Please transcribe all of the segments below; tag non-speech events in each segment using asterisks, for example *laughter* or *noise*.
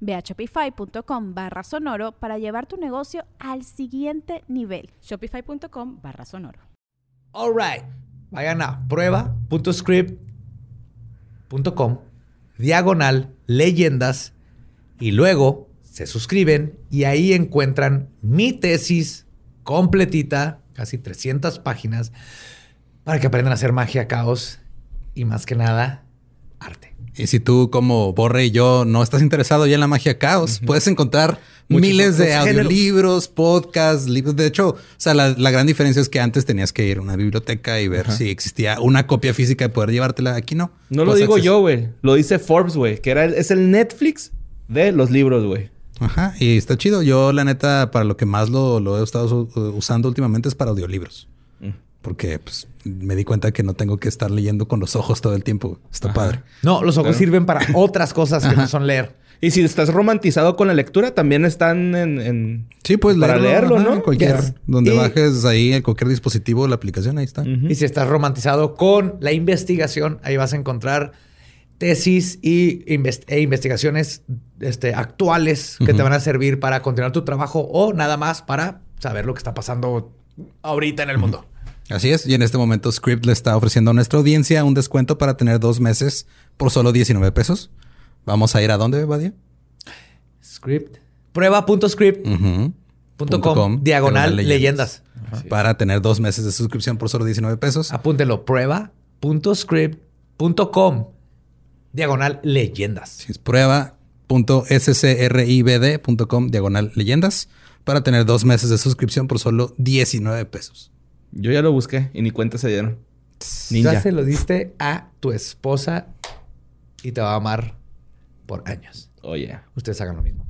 Ve a shopify.com barra sonoro para llevar tu negocio al siguiente nivel. Shopify.com barra sonoro. All right. Vayan a prueba.script.com, diagonal, leyendas, y luego se suscriben y ahí encuentran mi tesis completita, casi 300 páginas, para que aprendan a hacer magia, caos y más que nada, arte. Y si tú, como Borre y yo, no estás interesado ya en la magia caos, puedes encontrar Muchos miles de otros géneros. audiolibros, podcasts, libros. De hecho, o sea, la, la gran diferencia es que antes tenías que ir a una biblioteca y ver si existía una copia física y poder llevártela. Aquí no. No lo Puedes digo acces- yo, güey. Pues Lo dice Forbes, güey. Que era el- es el Netflix de los libros, güey. Ajá. Y está chido. Yo, la neta, para lo que más lo, lo he estado su- usando últimamente es para audiolibros. Porque pues, me di cuenta que no tengo que estar leyendo con los ojos todo el tiempo. Está padre. No, los ojos sirven para otras cosas que no son leer. Y si estás romantizado con la lectura, también están en... en- Sí, pues Para leerlo, ajá, ¿no? en Cualquier, Yes. Donde Y- bajes ahí, en cualquier dispositivo, la aplicación, ahí está. Y si estás romantizado con la investigación, ahí vas a encontrar tesis y inves- e investigaciones este, actuales que te van a servir para continuar tu trabajo o nada más para saber lo que está pasando ahorita en el mundo. Así es, y en este momento Script le está ofreciendo a nuestra audiencia un descuento para tener dos meses por solo 19 pesos. Vamos a ir a dónde, Badia? Script. Prueba.script.com diagonal leyendas. Para tener dos meses de suscripción por solo 19 pesos. Apúntelo. Prueba.script.com diagonal leyendas. Así es, prueba.scribd.com diagonal leyendas para tener dos meses de suscripción por solo 19 pesos. Yo ya lo busqué y ni cuenta se dieron. Ya Ninja. se lo diste a tu esposa y te va a amar por años. Oye. Ustedes hagan lo mismo.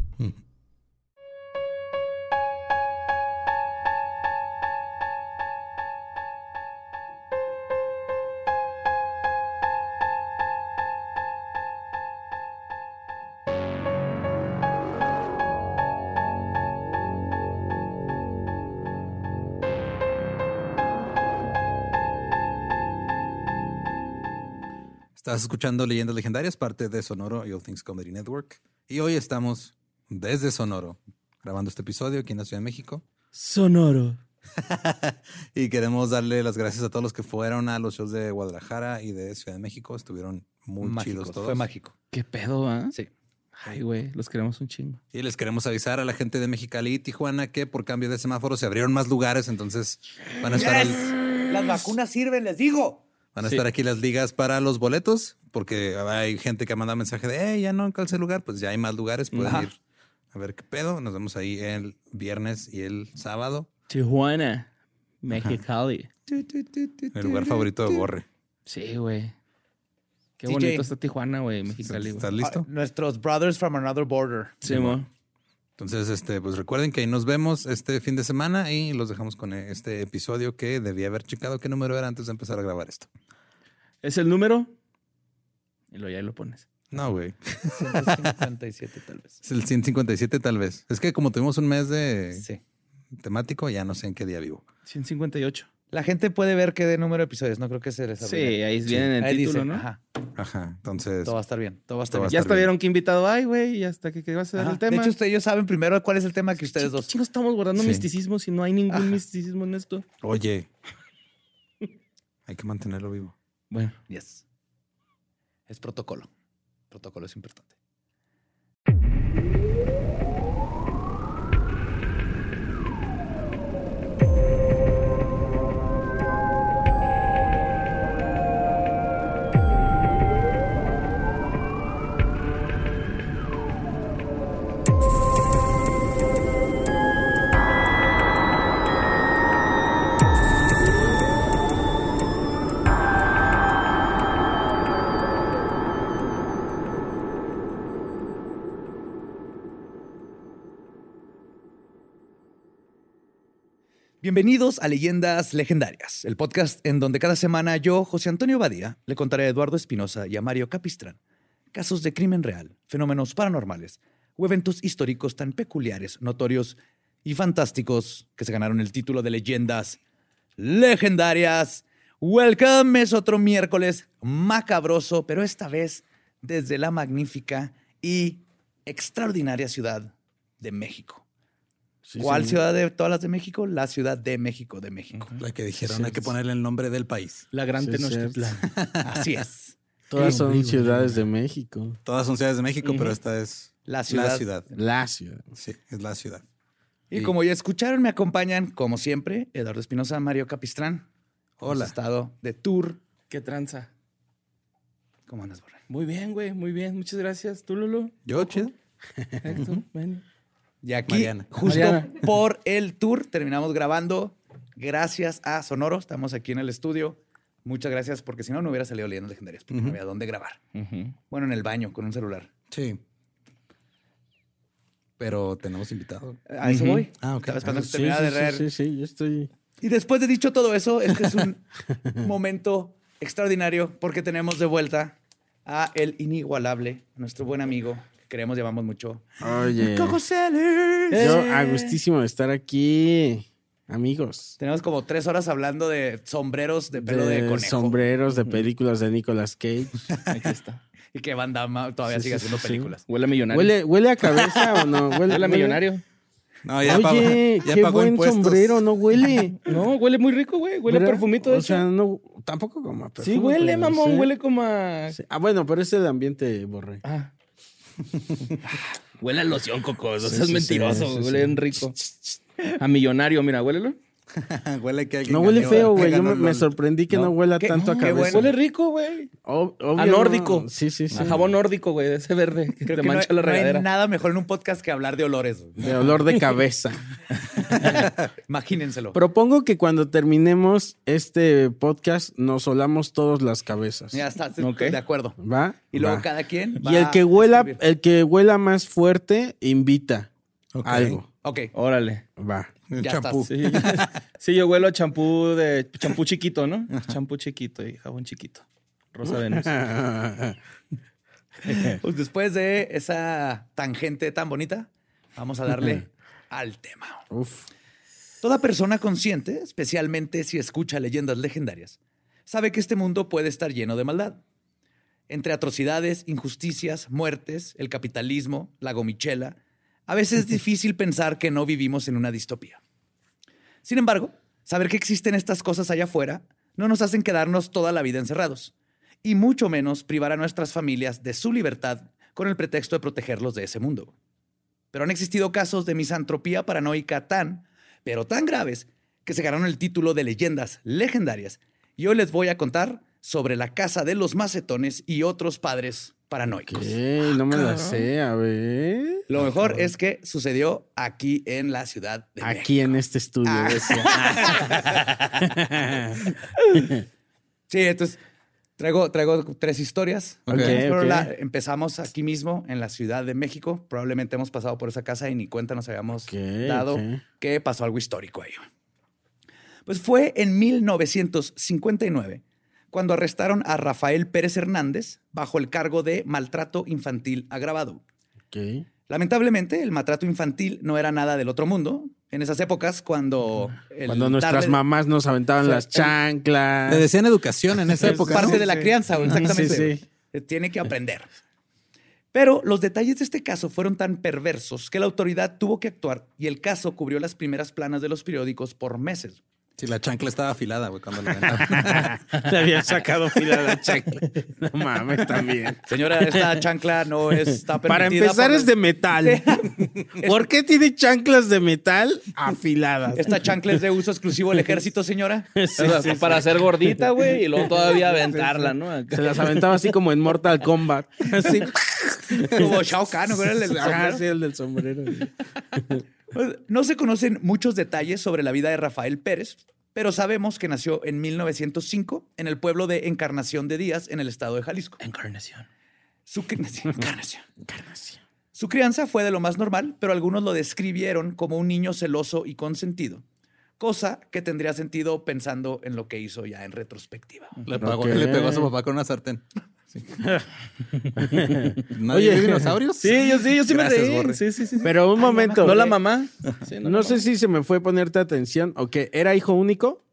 Estás escuchando Leyendas Legendarias, parte de Sonoro y All Things Comedy Network. Y hoy estamos desde Sonoro, grabando este episodio aquí en la Ciudad de México. Sonoro. Y queremos darle las gracias a todos los que fueron a los shows de Guadalajara y de Ciudad de México. Estuvieron muy Mágico, chidos todos. Fue mágico. ¿Qué pedo, ah? Sí. Ay, güey. Los queremos un chingo. Y les queremos avisar a la gente de Mexicali y Tijuana que por cambio de semáforo se abrieron más lugares, entonces van a estar, al- Las vacunas sirven, les digo. van a estar aquí las ligas para los boletos, porque hay gente que manda mensaje de, hey, ya no alcancé lugar, pues ya hay más lugares, pueden Ajá. ir a ver qué pedo. Nos vemos ahí el viernes y el sábado. Tijuana. Mexicali. El lugar favorito de Borre. Sí, güey. Qué DJ. bonito está Tijuana, güey. Mexicali, güey. ¿Estás listo? nuestros brothers from another border. Sí, mo. Entonces, este, pues recuerden que ahí nos vemos este fin de semana y los dejamos con este episodio que debía haber checado qué número era antes de empezar a grabar esto. Es el número. Y lo ya lo pones. No, güey. 157 tal vez. Es el 157 tal vez. Es que como tuvimos un mes de Sí. temático, ya no sé en qué día vivo. 158. La gente puede ver qué de número de episodios. No creo que se les Sí, ahí viene en el título, ¿no? Ajá. Entonces, Todo va a estar bien. Todo va a estar Todo va bien. a estar Ya hasta vieron qué invitado hay, güey. Y hasta que, que vas a dar Ajá. el tema. De hecho, ustedes ellos saben primero cuál es el tema que ustedes dos. Chicos, estamos guardando Sí. misticismo si no hay ningún misticismo en esto. *laughs* oye, hay que mantenerlo vivo. Bueno. Yes. Es protocolo. Protocolo es importante. Bienvenidos a Leyendas Legendarias, el podcast en donde cada semana yo, José Antonio Badía, le contaré a Eduardo Espinosa y a Mario Capistrán casos de crimen real, fenómenos paranormales o eventos históricos tan peculiares, notorios y fantásticos que se ganaron el título de Leyendas Legendarias. Welcome, es otro miércoles macabroso, pero esta vez desde la magnífica y extraordinaria ciudad de México. ¿Cuál ciudad de todas las de México? La Ciudad de México de México. La que dijeron Sí, hay que sí. ponerle el nombre del país. La gran Sí, es Tenochtitlan. *laughs* *laughs* Así es. *laughs* Todas son ciudades de México. Todas son ciudades de México, pero esta es La ciudad. La ciudad. Sí, es la ciudad. Y como ya escucharon, me acompañan, como siempre, Eduardo Espinosa, Mario Capistrán. Hola. Hemos estado de tour. ¿Qué tranza? ¿Cómo andas, Borre? Muy bien, güey, muy bien. Muchas gracias. ¿Tú, Lulu? Yo, chido. Héctor, ven. Y aquí, Mariana. justo Mariana. por el tour, terminamos grabando. Gracias a Sonoro, estamos aquí en el estudio. Muchas gracias, porque si no, no hubiera salido leyendo legendarias, porque no había dónde grabar. Bueno, en el baño, con un celular. Sí. Pero tenemos invitado. A eso voy. Ah, ok. Estaba esperando que Sí, terminara sí, de leer. sí, sí, sí, yo estoy. Y después de dicho todo eso, este es *laughs* un momento extraordinario porque tenemos de vuelta a el inigualable, nuestro buen amigo, que queremos, llevamos mucho. Oye. Coco Celis. Eh. Eh. Yo a gustísimo de estar aquí, amigos. Tenemos como tres horas hablando de sombreros de pelo de, De conejo. sombreros de películas de Nicolas Cage. *laughs* Aquí está. Y que Van Damme todavía Sí, sigue sí, haciendo sí. películas. Huele a millonario. ¿Huele, ¿Huele a cabeza *laughs* o no? Huele, Huele a millonario. No, Oye, qué buen sombrero, no huele. No, huele muy rico, güey. *laughs* Huele a ¿Verdad? perfumito, de O hecho. sea, no, tampoco como a perfume. sí, huele, pero mamón. sí. Huele como a... Sí. Ah, bueno, pero es el ambiente, Borré. Ah. huele a loción, Coco. O sea, Sí, es sí, mentiroso. sí, güey. sí, huele sí. bien rico. A millonario, mira, huélelo. huele que alguien No huele ganó- feo, güey. Yo ganó me, me LOL. sorprendí que no, huela ¿Qué? tanto a No, qué cabeza. bueno. Huele rico, güey. Ob- obvio, A nórdico. no. Sí, sí, sí. A jabón nórdico, güey. de Ese verde que te que no mancha hay- la no hay regadera. nada mejor en un podcast que hablar de olores. güey. De olor de cabeza. *laughs* Imagínenselo. Propongo que cuando terminemos este podcast nos solamos todas las cabezas. ya está, sí, Ok. de acuerdo. ¿Va? Y luego Va. cada quien. Y va el que a huela, escribir. el que huela más fuerte invita Ok. algo. Ok, Órale. Va. *laughs* El Ya champú. estás. Sí. sí, yo huelo a champú de... Champú chiquito, ¿no? Champú chiquito y jabón chiquito. Rosa Venus. Pues después de esa tangente tan bonita, vamos a darle al tema. Uf. Toda persona consciente, especialmente si escucha leyendas legendarias, sabe que este mundo puede estar lleno de maldad. Entre atrocidades, injusticias, muertes, el capitalismo, la gomichela, a veces es difícil pensar que no vivimos en una distopía. Sin embargo, saber que existen estas cosas allá afuera no nos hacen quedarnos toda la vida encerrados, y mucho menos privar a nuestras familias de su libertad con el pretexto de protegerlos de ese mundo. Pero han existido casos de misantropía paranoica tan, pero tan graves, que se ganaron el título de leyendas legendarias. Y hoy les voy a contar sobre la casa de los macetones y otros padres paranoicos. ¿Qué? No me la sé, a ver. Lo mejor es que sucedió aquí en la ciudad de México. Aquí en este estudio. Ah. *laughs* decía. Sí, entonces traigo, traigo tres historias. Ok, Pero ok. la- empezamos aquí mismo en la Ciudad de México. Probablemente hemos pasado por esa casa y ni cuenta nos habíamos Ok, dado ok. que pasó algo histórico ahí. Pues fue en 1959 cuando arrestaron a Rafael Pérez Hernández bajo el cargo de maltrato infantil agravado. Ok. Lamentablemente, el maltrato infantil no era nada del otro mundo. En esas épocas, cuando... el Cuando nuestras darle- mamás nos aventaban Sí, las el- chanclas. Le decían educación en esa Es época. parte ¿no? de la Sí. crianza, güey, Ujú. exactamente. Sí, sí. Eh, Tiene que aprender. Pero los detalles de este caso fueron tan perversos que la autoridad tuvo que actuar y el caso cubrió las primeras planas de los periódicos por meses. Sí, la chancla estaba afilada, güey, cuando la aventaron. *laughs* Le habían sacado fila a la chancla. *laughs* No mames, también. Señora, *laughs* esta chancla no está permitida. Para empezar por- es de metal. *laughs* ¿Por qué tiene chanclas de metal afiladas? Esta chancla es de uso exclusivo del ejército, *laughs* señora. *laughs* Sí, O sea, sí, sí. para ser gordita, güey, y luego todavía aventarla, ¿no? Acá. *laughs* Se las aventaba así como en Mortal Kombat. *laughs* Así. Como Shao Kahn, Ah, ¿no? Era el- el Ajá, sombrero. sí, el del sombrero. Pues, No se conocen muchos detalles sobre la vida de Rafael Pérez, pero sabemos que nació en 1905 en el pueblo de Encarnación de Díaz, en el estado de Jalisco. Encarnación. Su, cri- Encarnación. Su crianza fue de lo más normal, pero algunos lo describieron como un niño celoso y consentido. cosa que tendría sentido pensando en lo que hizo ya en retrospectiva. Le, pagó- Ok. le pegó a su papá con una sartén. ¿Nadie vio dinosaurios? Sí, yo sí, yo sí Gracias, me reí. Borre. Sí, sí, sí. Pero un momento. ¿No la eh, mamá? No sé si se me fue ponerte atención o que era hijo único.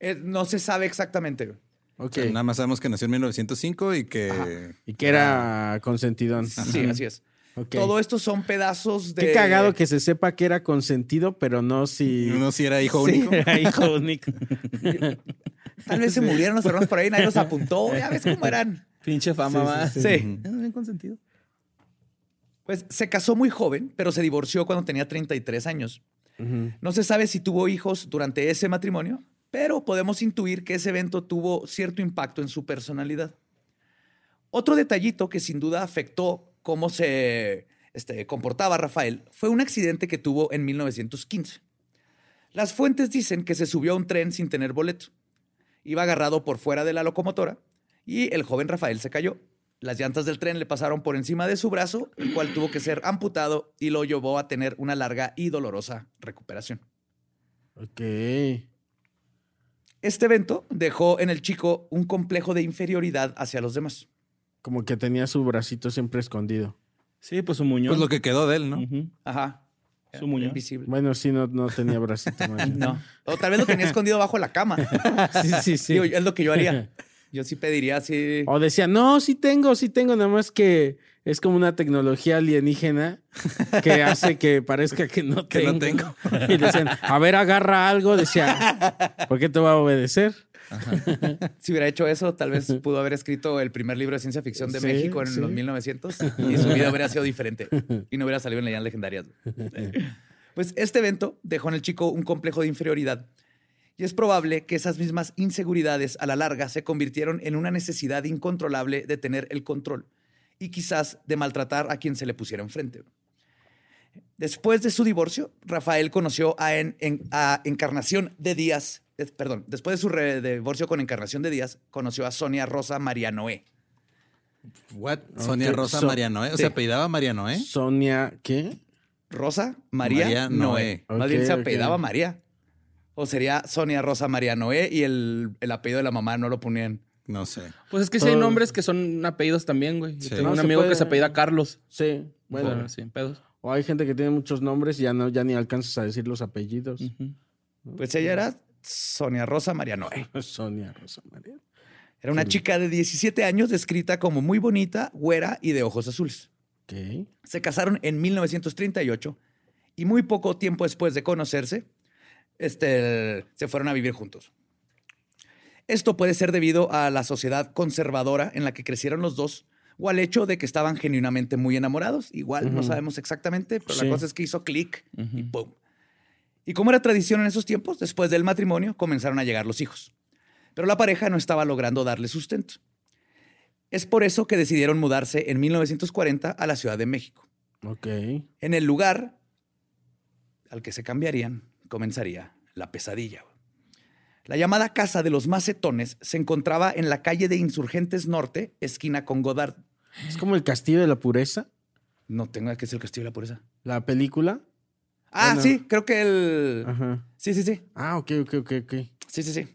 Eh, no se sabe exactamente. Ok. Nada más sabemos que nació en 1905 y que... Y que era consentidón. Sí, así es. Ok. Todo esto son pedazos de. Qué cagado que se sepa que era consentido, pero no si. *laughs* No si era hijo Sí, *laughs* único. Pues era hijo único. Tal vez se murieron los hermanos por ahí, nadie los apuntó. Ya ves cómo eran. Pinche fama, va. Sí. Es bien consentido. Pues se casó muy joven, pero se divorció cuando tenía 33 años. Ujú. No se sabe si tuvo hijos durante ese matrimonio, pero podemos intuir que ese evento tuvo cierto impacto en su personalidad. Otro detallito que sin duda afectó cómo se este, comportaba Rafael fue un accidente que tuvo en 1915. Las fuentes dicen que se subió a un tren sin tener boleto. Iba agarrado por fuera de la locomotora y el joven Rafael se cayó. Las llantas del tren le pasaron por encima de su brazo, el cual tuvo que ser amputado y lo llevó a tener una larga y dolorosa recuperación. Ok. Este evento dejó en el chico un complejo de inferioridad hacia los demás. Como que tenía su bracito siempre escondido. Sí, pues su muñón. Pues lo que quedó de él, ¿no? Ujú. Ajá. Su muñón. Invisible. Bueno, sí, no, no tenía *laughs* bracito. más bien. No. O tal vez lo *laughs* tenía escondido bajo la cama. Sí, sí, sí. Digo, es lo que yo *laughs* haría. Yo sí pediría así. O decía, no, sí tengo, sí tengo, nada más que es como una tecnología alienígena que hace que parezca que no Que tengo. no tengo. Y decían, a ver, agarra algo. Decía, ¿por qué te va a obedecer? Si hubiera hecho eso, tal vez pudo haber escrito el primer libro de ciencia ficción de Sí, México en sí. los *laughs* 1900 y su vida hubiera sido diferente y no hubiera salido en leyendas *laughs* legendarias. Pues este evento dejó en el chico un complejo de inferioridad y es probable que esas mismas inseguridades a la larga se convirtieron en una necesidad incontrolable de tener el control y quizás de maltratar a quien se le pusiera enfrente. Después de su divorcio, Rafael conoció a, En- En- a Encarnación de Díaz. eh, Perdón, después de su re- divorcio con Encarnación de Díaz, conoció a Sonia Rosa María Noé. What? Sonia Ok, Rosa so- Marianoe. O sí. sea, apellidaba ¿eh? Marianoe. Sonia, ¿qué? Rosa María, María Noé. Noé. Más bien Ok, se ok. apellidaba María. O sería Sonia Rosa María Noé y el, el apellido de la mamá no lo ponían. No sé. Pues es que sí hay nombres que son apellidos también, güey. Yo Sí. tengo No, un se amigo puede. que se apellida Carlos. Sí, bueno. Bueno, sí, pedos. O hay gente que tiene muchos nombres y ya, no, ya ni alcanzas a decir los apellidos. Ujú. Pues ella era Sonia Rosa María Noé. *laughs* Sonia Rosa María. Era una chica de 17 años descrita como muy bonita, güera y de ojos azules. Ok. Se casaron en 1938 y muy poco tiempo después de conocerse, este, se fueron a vivir juntos. Esto puede ser debido a la sociedad conservadora en la que crecieron los dos o al hecho de que estaban genuinamente muy enamorados. Igual no Ujú. sabemos exactamente, pero Sí. la cosa es que hizo clic y Ujú. ¡pum! Y como era tradición en esos tiempos, después del matrimonio comenzaron a llegar los hijos. Pero la pareja no estaba logrando darle sustento. Es por eso que decidieron mudarse en 1940 a la Ciudad de México. Ok. En el lugar al que se cambiarían comenzaría la pesadilla. La llamada Casa de los Macetones se encontraba en la calle de Insurgentes Norte, esquina con Godard. Es como el castillo de la pureza, No tengo idea qué es el castillo de la pureza. la película. Ah, Bueno. sí, creo que el... Ajá. Sí, sí, sí. Ah, ok, ok, ok, ok. Sí, sí, sí.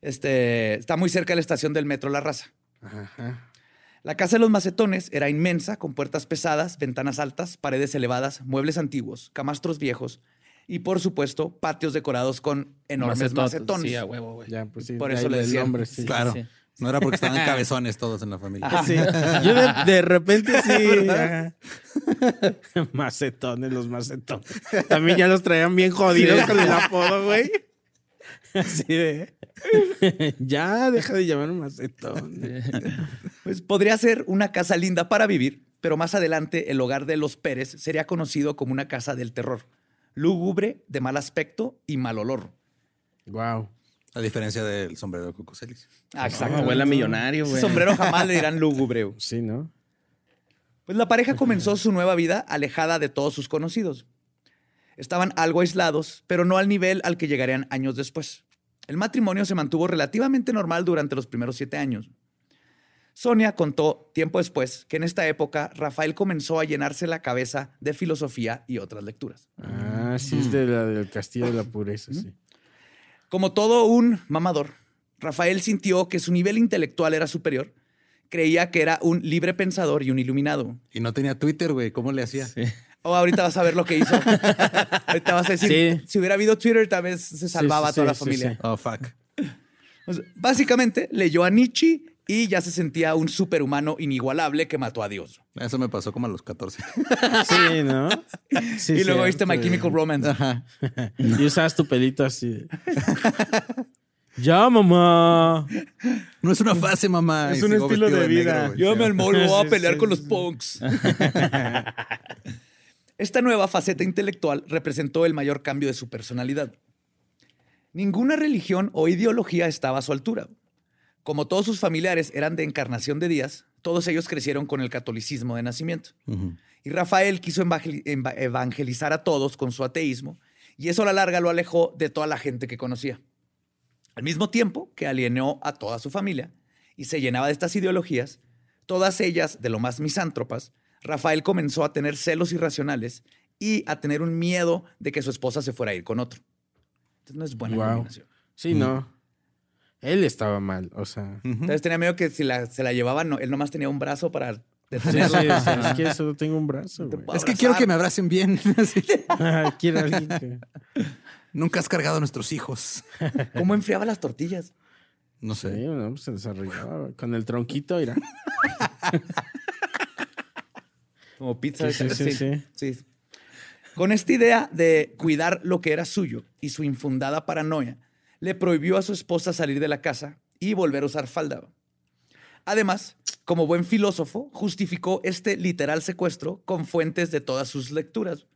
Este, está muy cerca de la estación del metro La Raza. Ajá. La casa de los macetones era inmensa, con puertas pesadas, ventanas altas, paredes elevadas, muebles antiguos, camastros viejos y, por supuesto, patios decorados con enormes Macetot- macetones. Sí, a huevo, güey. Ya, pues sí. Por de eso ahí le el decían. nombre, sí. claro. sí. No era porque estaban cabezones todos en la familia. *laughs* Sí. Yo de, *laughs* de repente *laughs* sí. ajá. *laughs* macetones, los macetones. También ya los traían bien jodidos con el apodo, *laughs* güey. Así de. *laughs* ya, deja de llamar macetón. Pues podría ser una casa linda para vivir, pero más adelante el hogar de los Pérez sería conocido como una casa del terror, lúgubre, de mal aspecto y mal olor. Wow. A diferencia del sombrero de Cucucelis. Ah, Exacto. abuela millonario, Ese güey. *laughs* sombrero jamás le dirán lúgubre. güey. Sí, ¿no? Pues la pareja comenzó su nueva vida alejada de todos sus conocidos. Estaban algo aislados, pero no al nivel al que llegarían años después. El matrimonio se mantuvo relativamente normal durante los primeros siete años. Sonia contó tiempo después que en esta época Rafael comenzó a llenarse la cabeza de filosofía y otras lecturas. Mm. Ah, sí, es de la del castillo de la pureza, sí. Como todo un mamador, Rafael sintió que su nivel intelectual era superior. Creía que era un libre pensador y un iluminado. Y no tenía Twitter, güey. ¿Cómo le hacía? Oh, ahorita vas a ver lo que hizo. ahorita vas a decir, Sí. si hubiera habido Twitter, tal vez se salvaba sí, toda la sí, familia. sí. Oh, fuck. O sea, básicamente leyó a Nietzsche y ya se sentía un superhumano inigualable que mató a Dios. Eso me pasó como a los 14. *laughs* Sí, ¿no? Sí, y luego viste cierto. My Chemical Romance. Y usabas tu pelito así. de- *laughs* Ya, mamá. *laughs* No es una fase, mamá. Es Y un sigo estilo vestido de vida. güey. Yo *laughs* me al mall me voy Sí, a pelear sí, con los sí. *laughs* punks. Esta nueva faceta intelectual representó el mayor cambio de su personalidad. Ninguna religión o ideología estaba a su altura. Como todos sus familiares eran de encarnación de Díaz, todos ellos crecieron con el catolicismo de nacimiento. Ujú. Y Rafael quiso evangel- eva- evangelizar a todos con su ateísmo, y eso a la larga lo alejó de toda la gente que conocía. Al mismo tiempo que alienó a toda su familia y se llenaba de estas ideologías, todas ellas de lo más misántropas, Rafael comenzó a tener celos irracionales y a tener un miedo de que su esposa se fuera a ir con otro. Entonces no es buena Wow. combinación. Mm. Sí, no. Él estaba mal, o sea. Ujú. Entonces tenía miedo que si la- se la llevaban, no, él nomás tenía un brazo para Sí, sí, detenerla. sí, *laughs* es que solo tengo un brazo, güey. puedo Es que quiero que me abracen bien. *laughs* Así. *laughs* Ah, Quiero alguien *laughs* que... Nunca has cargado a nuestros hijos. ¿Cómo enfriaba las tortillas? No Sí, sé. no, pues se desarrollaba güey. con el tronquito, *laughs* mira. Como pizza. Sí, sí, de- sí, sí. Sí. Con esta idea de cuidar lo que era suyo y su infundada paranoia, le prohibió a su esposa salir de la casa y volver a usar falda. Además, como buen filósofo, justificó este literal secuestro con fuentes de todas sus lecturas,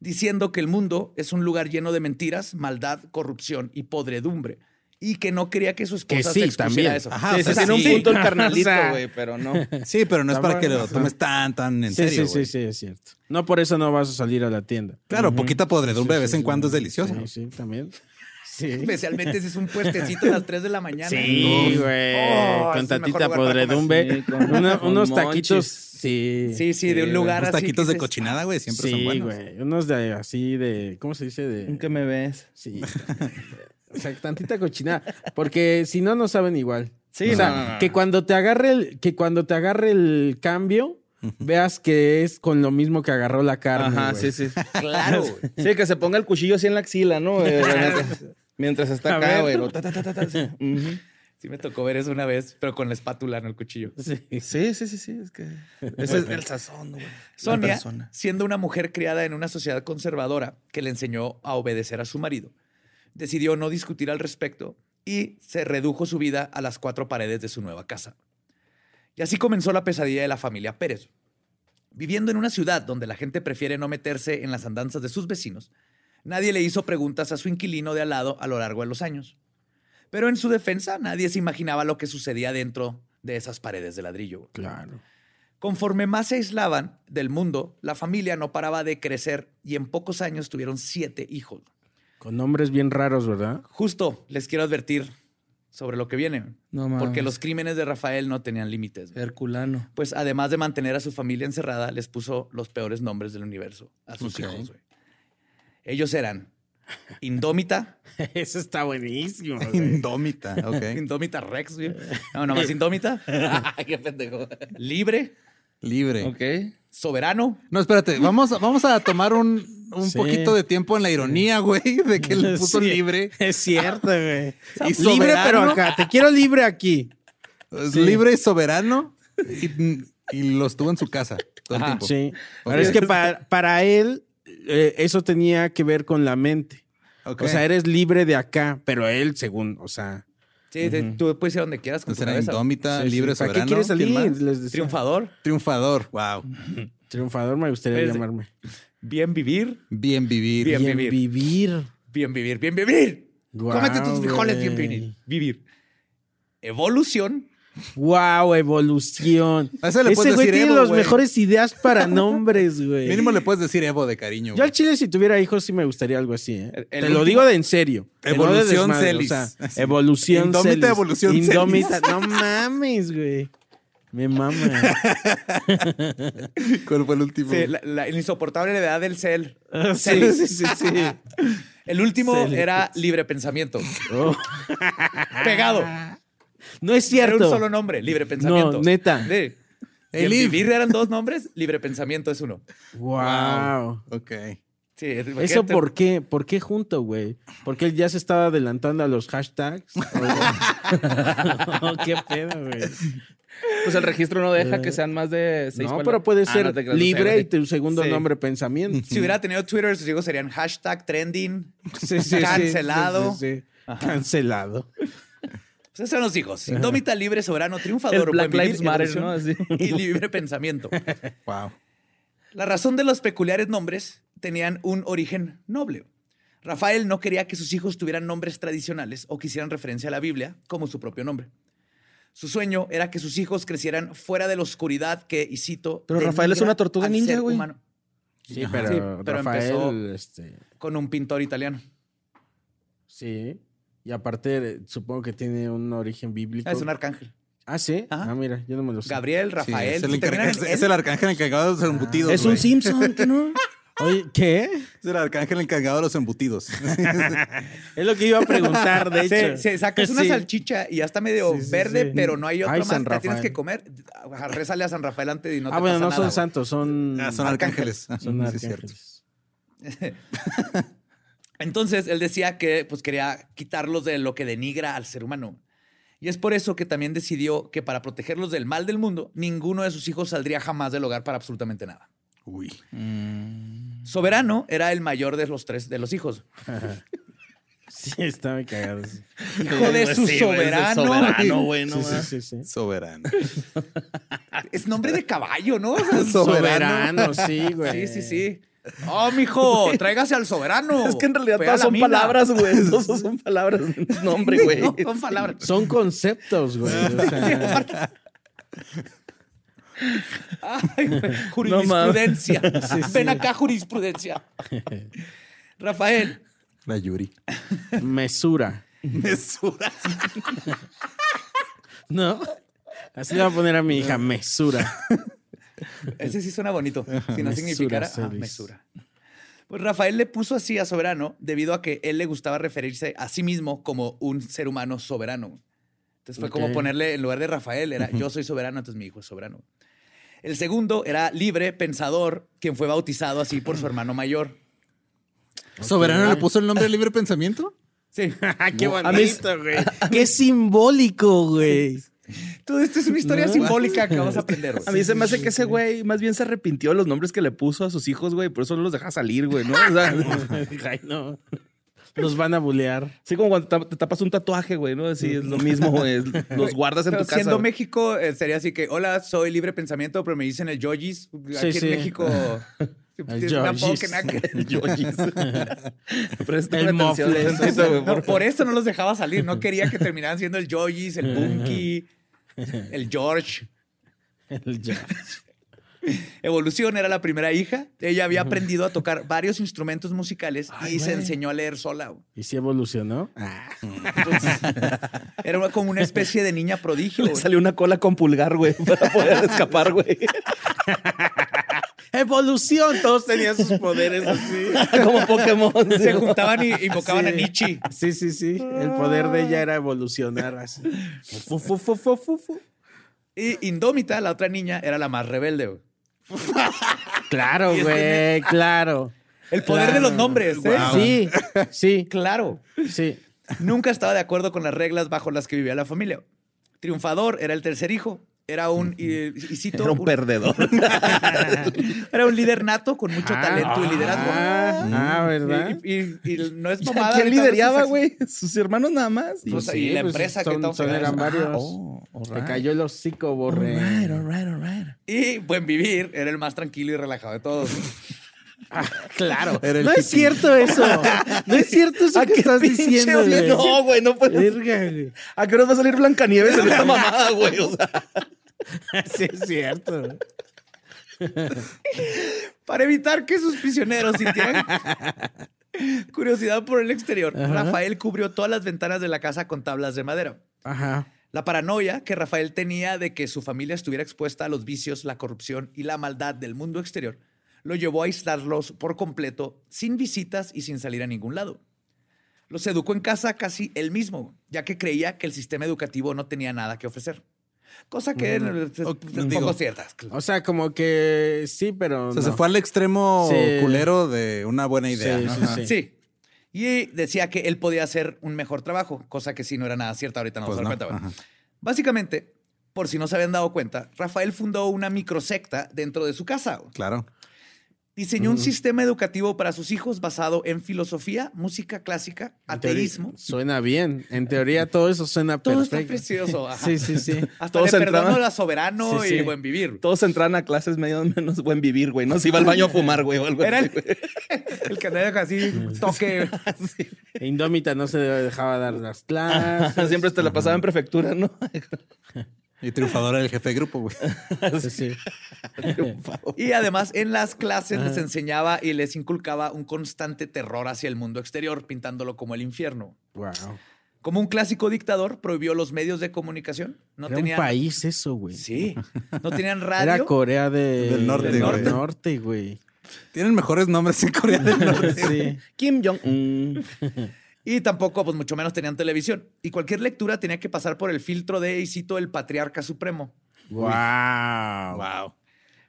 diciendo que el mundo es un lugar lleno de mentiras, maldad, corrupción y podredumbre, y que no quería que su esposa Que se sí, expusiera también. a eso. Ajá, sí, o sea, sí, tiene un sí. *laughs* punto el carnalito, O sea, güey, pero no. *laughs* Sí, pero no es para que lo Ajá. tomes tan, tan en Sí, serio. sí, güey. sí, sí, es cierto. No por eso no vas a salir a la tienda. Claro, poquita podredumbre de vez en cuando es delicioso. Sí, sí, también. *laughs* Sí. Especialmente si es un puestecito a las 3 de la mañana. Sí, Uf. güey. Oh, es con el mejor tantita lugar para comer. podredumbre. Sí, con- Una- con unos monchis. taquitos. Sí. Sí, sí, de un lugar Los así. taquitos que de dices, cochinada, güey, siempre son Sí, buenos. *laughs* güey. Unos de así de. ¿Cómo se dice? De. Nunca me ves. Sí. *laughs* O sea, tantita cochinada. Porque si no, no saben igual. Sí, o sea, no, no, no. que cuando te agarre el, que cuando te agarre el cambio, veas que es con lo mismo que agarró la carne. Ajá, güey. sí, sí. *laughs* Claro. güey. Sí, que se ponga el cuchillo así en la axila, *laughs* ¿no? Eh, mientras- Mientras está A acá, güey. ver. lo ta, ta, ta, ta, ta, así. Ujú. Sí me tocó ver eso una vez, pero con la espátula, no el cuchillo. Sí. Sí, sí, sí, sí. Es que ese es el sazón, güey. La Sonia, persona. siendo una mujer criada en una sociedad conservadora que le enseñó a obedecer a su marido, decidió no discutir al respecto y se redujo su vida a las cuatro paredes de su nueva casa. Y así comenzó la pesadilla de la familia Pérez. Viviendo en una ciudad donde la gente prefiere no meterse en las andanzas de sus vecinos, nadie le hizo preguntas a su inquilino de al lado a lo largo de los años. Pero en su defensa, nadie se imaginaba lo que sucedía dentro de esas paredes de ladrillo. Claro. Conforme más se aislaban del mundo, la familia no paraba de crecer y en pocos años tuvieron siete hijos. Con nombres bien raros, ¿verdad? Justo les quiero advertir sobre lo que viene, No mames. porque los crímenes de Rafael no tenían límites. Herculano. Pues además de mantener a su familia encerrada, les puso los peores nombres del universo a sus Ok. hijos. güey. Ellos eran Indómita, *laughs* Eso *laughs* está buenísimo. güey. Indómita, *laughs* ok. Indómita Rex, güey. no, nomás Indómita, *laughs* *laughs* Qué pendejo. Libre, Libre. Ok. Soberano, No, espérate, vamos, vamos a tomar un, un Sí. poquito de tiempo en la ironía, güey, de que le puso Sí. libre. Es cierto, *laughs* güey. Y Libre, soberano. pero acá. Te quiero libre aquí. Es Libre y soberano. Y, y los tuvo en su casa todo el tiempo. Ah, Sí. Ok. Pero es que para, para él, eh, eso tenía que ver con la mente. Ok. O sea, eres libre de acá, pero él, según, o sea. sí, sí, tú puedes ir a donde quieras con tu Entonces era cabeza. indómita, sí, sí. libre, ¿Para soberano. qué quieres ¿Quién salir? más? Les decía. Triunfador, Triunfador, wow. Triunfador me gustaría Espérate. llamarme. bien vivir, Bien vivir. Bien Bien vivir. vivir. Bien vivir, bien vivir. Guau, Cómete tus frijoles, güey. bien vivir. Vivir. Evolución. Wow, evolución. *laughs* A ese le Ese puedes güey decir tiene Evo, las güey. mejores ideas *laughs* para nombres, güey. Mínimo le puedes decir Evo de cariño. Yo güey. al chile, si tuviera hijos, sí me gustaría algo así, ¿eh? Te último- lo digo de en serio. que no de Evolución desmadre, Celis. *laughs* o sea, evolución Indómita, Celis. evolución Celis. Indómita. No mames, güey. Me mama. *laughs* ¿Cuál fue el último? *laughs* Sí, la, la insoportable levedad del cel. sí, sí, sí, sí. El último Célites. era Libre Pensamiento. Oh. Pegado. No es Era cierto. un solo nombre, Libre Pensamiento. No, neta. Sí. Y en El Liv. vivir eran dos nombres, Libre Pensamiento es uno. Wow. Ok. Sí, es- ¿Eso imagínate. por qué? ¿Por qué junto, güey? ¿Porque él ya se estaba adelantando a los hashtags? *laughs* ¿O- ¿Qué pedo, güey? Pues el registro no deja Eh, que sean más de seis No, palabras. pero puede Ah, ser no te creas, no sé, libre güey. y tu segundo Sí. nombre pensamiento. *laughs* Si hubiera tenido Twitter, sus hijos serían hashtag trending. Pues Sí, sí, sí, Cancelado. sí, sí, sí. Cancelado. Pues esos son los hijos. Indómita, libre, soberano, El triunfador. Black buen vivir, Lives Matter, evolución ¿no? Así. Y libre pensamiento. Wow. La razón de los peculiares nombres tenían un origen noble. Rafael no quería que sus hijos tuvieran nombres tradicionales o que hicieran referencia a la Biblia como su propio nombre. Su sueño era que sus hijos crecieran fuera de la oscuridad que, y cito, Pero Rafael es denigra una tortuga al ninja, ser güey. humano, Sí, Ajá. pero, Sí, pero Rafael, empezó- este, Con un pintor italiano. sí. Y aparte, eh, supongo que tiene un origen bíblico. Ah, Es un arcángel. Ah, sí. Ajá. Ah, mira, yo no me lo sé. Gabriel, Rafael. es, el si encarga- terminan en es- él, es *laughs* el arcángel encargado de los embutidos. Ah, Es un güey. Simpson, ¿qué ¿no? *laughs* Oye, ¿qué? Es el arcángel encargado de los *laughs* embutidos. Es lo que iba a preguntar, *laughs* de se, hecho. se sacas una Sí. salchicha y ya está medio Sí, sí, verde, sí. pero no hay otro Ay, más. San La tienes Rafael. que comer. Ajá, Rézale a San Rafael antes y no ah, te bueno, pasa no nada, son güey. santos, son. Ah, son arcángeles. *laughs* Son Sí, es cierto. arcángeles. Entonces, él decía que pues, quería quitarlos de lo que denigra al ser humano. Y es por eso que también decidió que para protegerlos del mal del mundo, ninguno de sus hijos saldría jamás del hogar para absolutamente nada. Uy. Mm. Soberano era el mayor de los tres de los hijos. Sí, está muy cagado. Sí, Hijo de Pues su sí, güey, es de soberano. soberano, güey, no sí, mames. sí, sí. *laughs* Soberano. Es nombre de caballo, *laughs* ¿no? O sea, es- Soberano, sí, güey. Sí, sí, sí. Oh, mijo, tráigase al soberano. Es que en realidad Ve a todas la son mina. palabras, *laughs* güey. Todas son palabras, nombre, güey. *laughs* No, son palabras. Son conceptos, güey. o sea, Ay, güey, No mames. jurisprudencia. Ven acá, *laughs* jurisprudencia. Rafael, La Yuri. mesura. *laughs* mesura. ¿No? Así le voy a poner a mi hija, mesura. Ese sí suena bonito. Si no Mesura, significara ah, Celis. mesura. Pues Rafael le puso así a soberano debido a que él le gustaba referirse a sí mismo como un ser humano soberano. Entonces fue como Ok. ponerle en lugar de Rafael, era yo soy soberano, entonces mi hijo es soberano. El segundo era libre, pensador, quien fue bautizado así por su hermano mayor. *laughs* ¿Soberano le puso el nombre de libre pensamiento? *laughs* Sí. Ah, ¡Qué bonito, güey! ¡Qué simbólico, güey! Todo esto es una historia No. simbólica que vamos a aprender. güey. A mí se me hace que ese güey más bien se arrepintió de los nombres que le puso a sus hijos, güey. Por eso no los deja salir, güey, ¿no? O sea, *laughs* *laughs* Ay, no. Los van a bulear. así como cuando ta- te tapas un tatuaje, güey, ¿no? Así es lo mismo, *laughs* güey. es- Los guardas en Pero tu casa. siendo güey. México, eh, sería así que, hola, soy libre pensamiento, pero me dicen el Yojis. Aquí Sí, en sí. México pues, tienes *laughs* El un apodo Yojis. que nada *laughs* que- Yo, *laughs* *laughs* Jesus. Préstame El atención, mofle. tantito, güey, No, por- por eso no los dejaba salir. No quería que terminaran siendo el Yojis, el Punky, el George. El ya. Evolución era la primera hija. Ella había aprendido a tocar varios instrumentos musicales y se enseñó a leer sola. güey. ¿Y si evolucionó? Ah. Era una- como una especie de niña prodigio. *laughs* Le güey. salió una cola con pulgar, güey, *laughs* para poder escapar, *laughs* güey. ¡Evolución! Todos tenían sus poderes así. Como Pokémon. Se juntaban y invocaban a Sí. Nietzsche. Sí, sí, sí. El poder de ella era evolucionar así. Fu, fu, fu, fu, fu, fu. Y Indómita, la otra niña, era la más rebelde. güey. Claro, güey, claro. El poder de los nombres. ¿eh? Sí, sí, Claro. sí. Nunca estaba de acuerdo con las reglas bajo las que vivía la familia. Triunfador era el tercer hijo. Era un, y- y cito, Era un perdedor. *laughs* era un líder nato con mucho talento y liderazgo. Ah, ah, ¿verdad? Y, y- y no es ¿A mamada. quién ahorita lideraba, no sé si- güey? Sus hermanos nada más. Pues, y la empresa que son- estamos son eran hablando. varios. Oh, all Te right. cayó el hocico, borre. All right, all right, all right. Y Buen Vivir era el más tranquilo y relajado de todos. *laughs* Claro. Era el no es hippie. cierto eso. No es cierto eso que estás Pinche *laughs* diciendo, odio. güey. No, güey, no puedes. Verga, güey. ¿A qué hora va a salir Blancanieves en esta mamada, güey? O sea, *laughs* Sí, es cierto. Para evitar que sus prisioneros *laughs* sintieran curiosidad por el exterior, Rafael cubrió todas las ventanas de la casa con tablas de madera. Ajá. La paranoia que Rafael tenía de que su familia estuviera expuesta a los vicios, la corrupción y la maldad del mundo exterior lo llevó a aislarlos por completo, sin visitas y sin salir a ningún lado. Los educó en casa casi él mismo, ya que creía que el sistema educativo no tenía nada que ofrecer. Cosa que es Mm. ok, un digo, poco cierta. O sea, como que sí, pero. O sea, no. se fue al extremo Sí. culero de una buena idea. Sí, ¿no? sí, Ajá. sí. Sí. Y decía que él podía hacer un mejor trabajo, cosa que sí no era nada cierta. Ahorita no Pues vamos a no. dar cuenta. güey. Ajá. Básicamente, por si no se habían dado cuenta, Rafael fundó una microsecta dentro de su casa. güey. Claro. Diseñó un sistema educativo para sus hijos basado en filosofía, música clásica, En teoría- ateísmo. Suena bien. En teoría, todo eso suena Todo está perfecto. *laughs* precioso. ajá. sí, sí, sí. Hasta Todos le perdono entraban- a soberano Sí, sí. y buen *laughs* vivir. Todos entraban a clases medio menos buen vivir, güey. No se iba al baño a fumar, güey. o algo Era así, el, güey. *laughs* el candidato así toque. Indómita no se dejaba dar las *laughs* clases. *laughs* Siempre te la pasaba en prefectura, ¿no? Y triunfadora del jefe de grupo, güey. *laughs* Sí, sí. *laughs* Y además en las clases Ah. les enseñaba y les inculcaba un constante terror hacia el mundo exterior, pintándolo como el infierno. Wow. Como un clásico dictador, prohibió los medios de comunicación. No Era tenían un país eso, güey. Sí. *laughs* No tenían Era radio. Corea de- Del norte, del güey. *laughs* norte, güey. Tienen mejores nombres en Corea del Norte. Sí. Kim Jong-un. y tampoco, pues mucho menos tenían televisión. Y cualquier lectura tenía que pasar por el filtro de, y cito, el patriarca supremo. *laughs* Wow. Wow.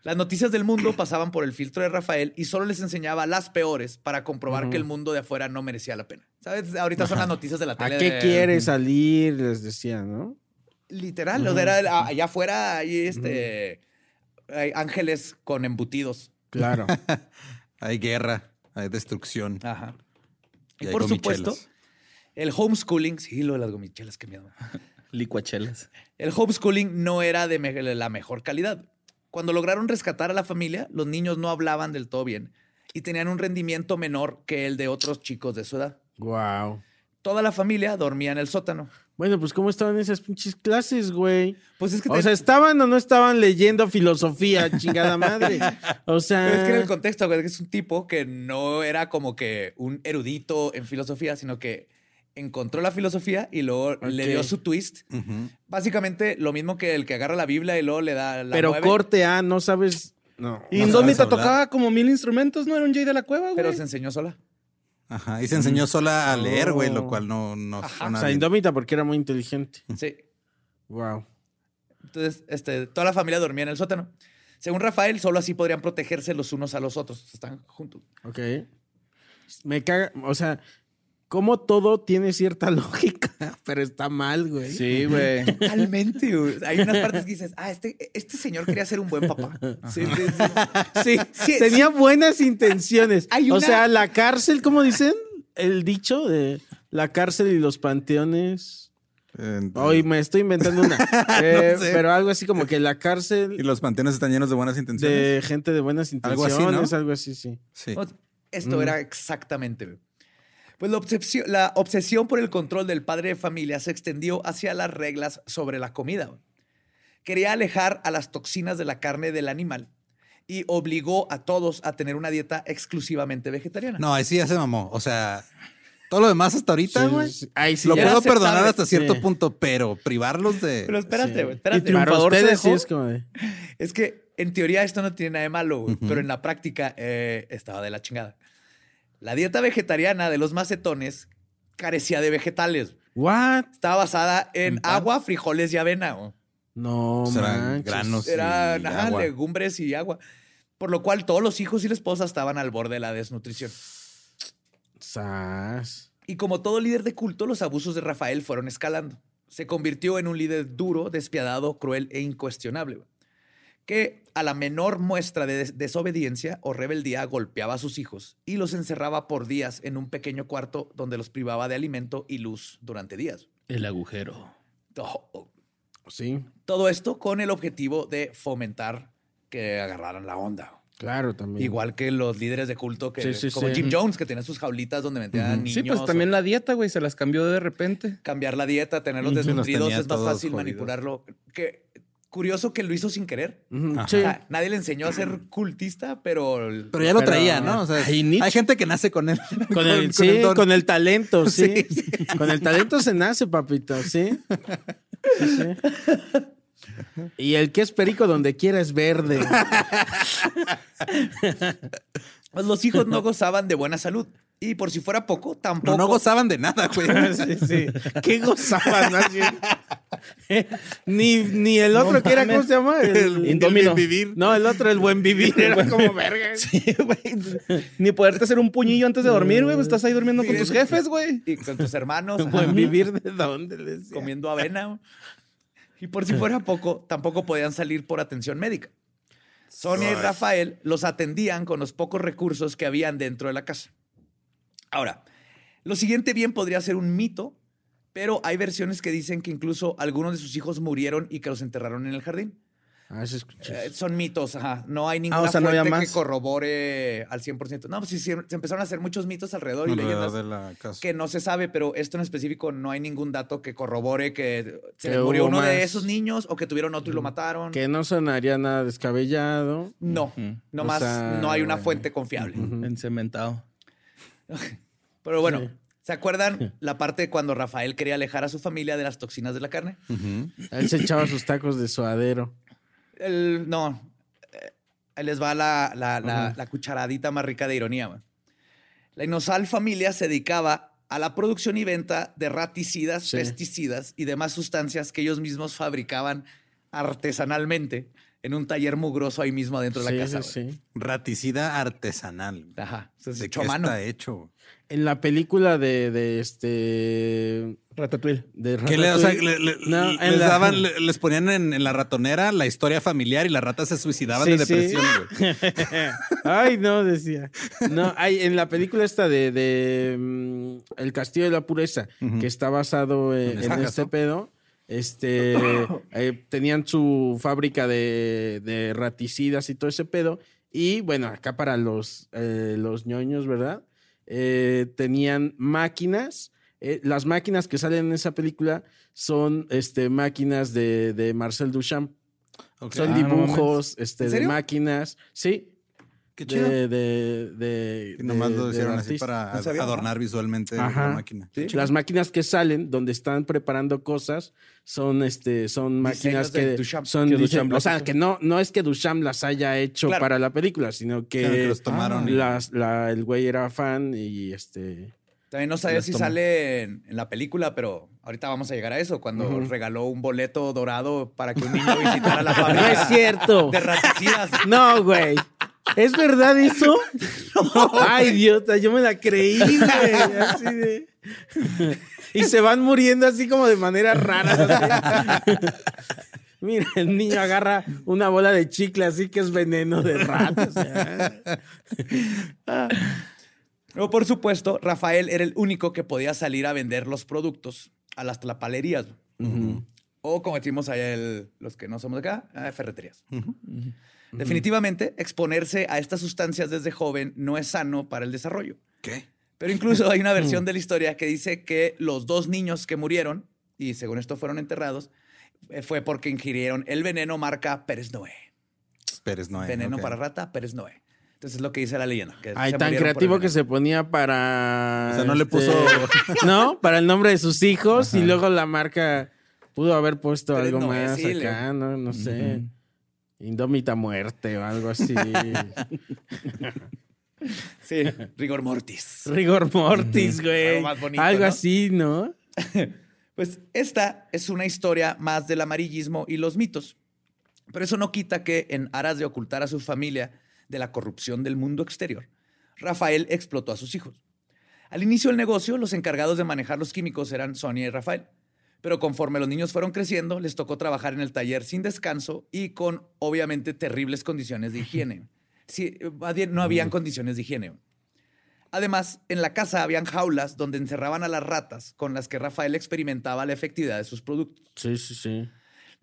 Las noticias del mundo pasaban por el filtro de Rafael y solo les enseñaba las peores para comprobar que el mundo de afuera no merecía la pena. ¿Sabes? Ahorita son las noticias de la ¿A tele. qué de- quieres salir? Les decía, ¿no? Literal. O sea, era el- a- allá afuera hay este, hay ángeles con embutidos. *laughs* Claro. Hay guerra, hay destrucción. Ajá. y Y hay por supuesto, gomichelas. el homeschooling, sí, lo de las gomichelas, qué miedo. Licuachelas. El homeschooling no era de me- la mejor calidad. Cuando lograron rescatar a la familia, los niños no hablaban del todo bien y tenían un rendimiento menor que el de otros chicos de su edad. wow. Toda la familia dormía en el sótano. Bueno, pues, ¿cómo estaban esas pinches clases, güey? Pues es que, O te- sea, ¿estaban o no estaban leyendo filosofía, chingada madre? O sea. pero es que era el contexto, güey, que es un tipo que no era como que un erudito en filosofía, sino que encontró la filosofía y luego le Ok. dio su twist. Ujú. Básicamente lo mismo que el que agarra la Biblia y luego le da la pero mueve, corte A, no sabes. No. Indómita hablar. tocaba como mil instrumentos, ¿no? Era un Jay de la cueva, pero güey. se enseñó sola. Ajá. Y se enseñó sola a leer, güey, lo Oh. cual no, no O suena sea, bien. indómita porque era muy inteligente. Sí. Wow. Entonces, este, toda la familia dormía en el sótano. Según Rafael, solo así podrían protegerse los unos a los otros. Están juntos. Ok. Me caga. O sea, como todo tiene cierta *laughs* lógica, pero está mal, güey. Sí, güey. Totalmente. güey. Hay unas partes que dices, ah, este, este señor quería ser un buen papá. Sí, sí, Sí, *laughs* Sí, tenía buenas intenciones. Hay O una- sea, la cárcel, ¿cómo dicen? El dicho de la cárcel y los panteones. Eh, Hoy me estoy *laughs* inventando una. Eh, sé. Pero algo así como que la Y cárcel los panteones están llenos de buenas intenciones. de Oh, gente de buenas Algo así, intenciones, ¿no? algo así, sí. Sí. sí. Esto era exactamente. güey. Pues la obsesión, la obsesión por el control del padre de familia se extendió hacia las reglas sobre la comida. güey. Quería alejar a las toxinas de la carne del animal y obligó a todos a tener una dieta exclusivamente vegetariana. No, ahí sí ya se mamó. O sea, todo lo demás hasta ahorita, Sí, güey. sí, sí. Ay, sí, lo ya. puedo aceptable. perdonar hasta cierto Sí. punto, pero privarlos de. Pero espérate, Sí. güey, Y espérate. para triunfador se ustedes sí dejó. es como de- Es que en teoría esto no tiene nada de malo, güey, pero en la práctica eh, estaba de la chingada. La dieta vegetariana de los macetones carecía de vegetales. ¿What? Estaba basada en agua, frijoles y avena. güey. No, Pues eran manches. granos. Sí, Eran ajá, agua. legumbres y agua. Por lo cual todos los hijos y la esposa estaban al borde de la desnutrición. Sas. Y como todo líder de culto, los abusos de Rafael fueron escalando. Se convirtió en un líder duro, despiadado, cruel e incuestionable, güey, que a la menor muestra de des- desobediencia o rebeldía golpeaba a sus hijos y los encerraba por días en un pequeño cuarto donde los privaba de alimento y luz durante días. *laughs* Oh, El agujero. To- Sí, Todo esto con el objetivo de fomentar que agarraran la onda. claro, también. Igual que los líderes de culto que, Sí, sí, como sí. Jim Jones, que tenían sus jaulitas donde metían niños. Sí, pues o- también la dieta, güey, se las cambió de repente. cambiar la dieta, tenerlos Sí, los desnutridos, tenía es más todos fácil jodidos. manipularlo. Que, curioso que lo hizo sin querer. Ujú, Ajá. sí. O sea, nadie le enseñó a ser cultista, pero... el- Pero ya lo Pero- traía, ¿no? O sea, Ay, Nietzsche. hay gente que nace *laughs* con él. Con el, sí, don. con el talento, sí. Sí, Con el talento se nace, papito, sí. Sí, sí. Y el que es perico donde quiera es verde. Pues los hijos no gozaban de buena salud Y por si fuera poco, tampoco. No, no gozaban de nada, güey. *laughs* sí, *laughs* sí. Qué gozaban, más bien. ni, ni el otro que era, ¿cómo se llama? El, Indómino. el bien vivir. No, el otro, el buen vivir. Era *laughs* como verga. Sí, güey. Ni poderte hacer un puñillo antes de dormir, güey. pues Estás ahí durmiendo con tus jefes, güey. Y con tus hermanos. ajá, Buen vivir de dónde les *laughs* decía? Comiendo avena. Y por si fuera poco, tampoco podían salir por atención médica. Sonia y Rafael los atendían con los pocos recursos que habían dentro de la casa. Ahora, lo siguiente bien podría ser un mito, pero hay versiones que dicen que incluso algunos de sus hijos murieron y que los enterraron en el jardín. Ah, eso escuché. Eh, son mitos, ajá. No hay ninguna Ah, o sea, no había fuente que más. corrobore al 100%. No, pues sí, sí, se empezaron a hacer muchos mitos alrededor y Alrededor leyendas de la casa. que no se sabe, pero esto en específico no hay ningún dato que corrobore que se Que le murió hubo uno de más. esos niños o que tuvieron otro y lo mataron. Que no sonaría nada descabellado. No, Ujú. no O más, sea, no hay una bueno. fuente confiable. Encementado. Pero bueno, ¿se acuerdan la parte de cuando Rafael quería alejar a su familia de las toxinas de la carne? Ujú. Él se echaba sus tacos de suadero. El- no, eh, ahí les va la, la- la- la cucharadita más rica de ironía. güey. La inosal familia se dedicaba a la producción y venta de raticidas, Sí. pesticidas y demás sustancias que ellos mismos fabricaban artesanalmente en un taller mugroso ahí mismo adentro de Sí, la casa. sí, güey. sí. Raticida artesanal. Ajá, se ¿De echó qué a mano. está hecho? En la película de, de este. Ratatouille. De ¿Qué le, o sea, le- Ratatouille. le- No, les, en la- *laughs* daban- le- les ponían en, en la ratonera la historia familiar y las ratas se suicidaban Sí, de sí. depresión, güey. *laughs* Ay, no, decía. No, hay en la película esta de, de, mm, El Castillo de la Pureza, que está basado eh, En en, estacas, este ¿no? pedo. *coughs* Este eh, tenían su fábrica de, de raticidas y todo ese pedo. Y bueno, acá para los, eh, los ñoños, ¿verdad? Eh, tenían máquinas. eh, las máquinas que salen en esa película son este, máquinas de, de Marcel Duchamp. Ok. Son Ah, no dibujos este, ¿En de serio? máquinas. Sí, Qué chido. de, de, de, Y nomás de- lo de hicieron así artista. para No sabía. adornar visualmente Ajá. la máquina. Sí. Las máquinas que salen, donde están preparando cosas, son este, son Diseños máquinas de que Duchamp. son Que dise- Duchamp o las sea hizo. que no, no es que Duchamp las haya hecho Claro. para la película, sino que, Claro, que los tomaron y- las- la- el güey era fan y este También no sabía Las si tomo. sale en, en la película, pero ahorita vamos a llegar a eso. Cuando Ujú. regaló un boleto dorado para que un niño visitara *laughs* la no fábrica es *laughs* cierto. de raticidas. No, güey. ¿Es verdad *laughs* eso? Ay, idiota, yo me la creí, güey. Así de- Y se van muriendo así como de manera rara. así. Mira, el niño agarra una bola de chicle así que es veneno de ¿eh? rato. o sea. Pero por supuesto, Rafael era el único que podía salir a vender los productos a las tlapalerías. O como decimos allá el- los que no somos de acá, a ferreterías. Definitivamente, exponerse a estas sustancias desde joven no es sano para el desarrollo. ¿Qué? Pero incluso *laughs* hay una versión de la historia que dice que los dos niños que murieron, y según esto fueron enterrados, eh, fue porque ingirieron el veneno marca Pérez Noé. Pérez no Veneno para rata, Pérez Noé. Entonces es lo que dice la leyenda. que Ay, se tan murieron por creativo el que veneno. se ponía para. O sea, no le este, puso. *laughs* No, para el nombre de sus hijos y luego la marca pudo haber puesto Pero algo no es, más sí, le- acá, no, no sé. Indómita muerte o *laughs* algo así. Sí, rigor mortis. Rigor mortis, güey. Algo más bonito, Algo ¿no? así, ¿no? Pues esta es una historia más del amarillismo y los mitos. Pero eso no quita que, en aras de ocultar a su familia de la corrupción del mundo exterior, Rafael explotó a sus hijos. Al inicio del negocio, los encargados de manejar los químicos eran Sonia y Rafael. Pero conforme los niños fueron creciendo, les tocó trabajar en el taller sin descanso y con, obviamente, terribles condiciones de higiene. Sí, eh, más bien, no habían condiciones de higiene. Además, en la casa habían jaulas donde encerraban a las ratas con las que Rafael experimentaba la efectividad de sus productos. Sí, sí, sí.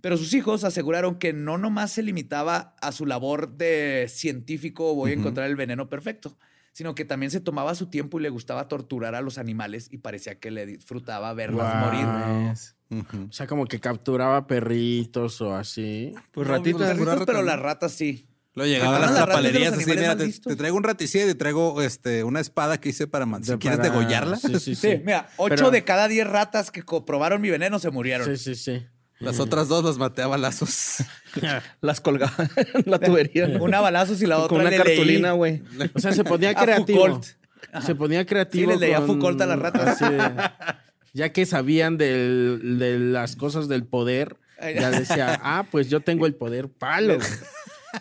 Pero sus hijos aseguraron que no nomás se limitaba a su labor de científico voy a encontrar el veneno perfecto, sino que también se tomaba su tiempo y le gustaba torturar a los animales y parecía que le disfrutaba verlos Guau. morir. Ujú. O sea, como que capturaba perritos o así. Pues No, ratito, los pura perritos, rata, pero ¿no? las ratas sí. Lo llegaba a Ah, las las ratas de los trapalerías así, animales mira, mal te, vistos. te traigo un raticida y te traigo este, una espada que hice para man- si De quieres para- degollarla. Sí, sí, sí. *laughs* Sí, mira, ocho Pero- de cada diez ratas que co- probaron mi veneno se murieron. Sí, sí, sí. *laughs* Las *laughs* otras dos las maté a balazos. Las colgaban en la tubería. ¿no? *laughs* Una balazos y la otra Con una le leí. cartulina, güey. Pues, O sea, se ponía A creativo. Foucault. Se ponía Sí, creativo. les leía con- Foucault a las ratas. así de- ya que sabían del- de las cosas del poder, Ay, ya decía, ah, pues yo tengo el poder palo.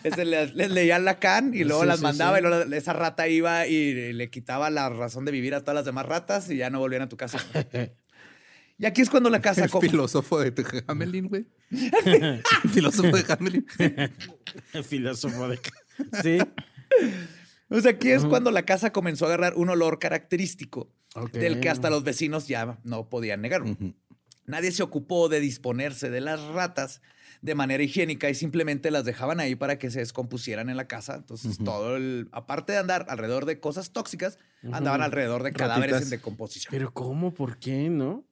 Este, les, les leía Lacan y luego Sí, las sí, mandaba sí. y luego la- esa rata iba y le quitaba la razón de vivir a todas las demás ratas y ya no volvían a tu *laughs* casa. y aquí es cuando la casa El como- filósofo de Hamelin, güey. El filósofo de Hamelin. Filósofo de... Sí. o sea, aquí es cuando la casa comenzó a agarrar un olor característico Ok. del que hasta los vecinos ya no podían negar. Nadie se ocupó de disponerse de las ratas de manera higiénica y simplemente las dejaban ahí para que se descompusieran en la casa. Entonces, todo el, aparte de andar alrededor de cosas tóxicas, andaban alrededor de cadáveres Ratitas. en decomposición. Pero ¿cómo? ¿por qué? ¿No?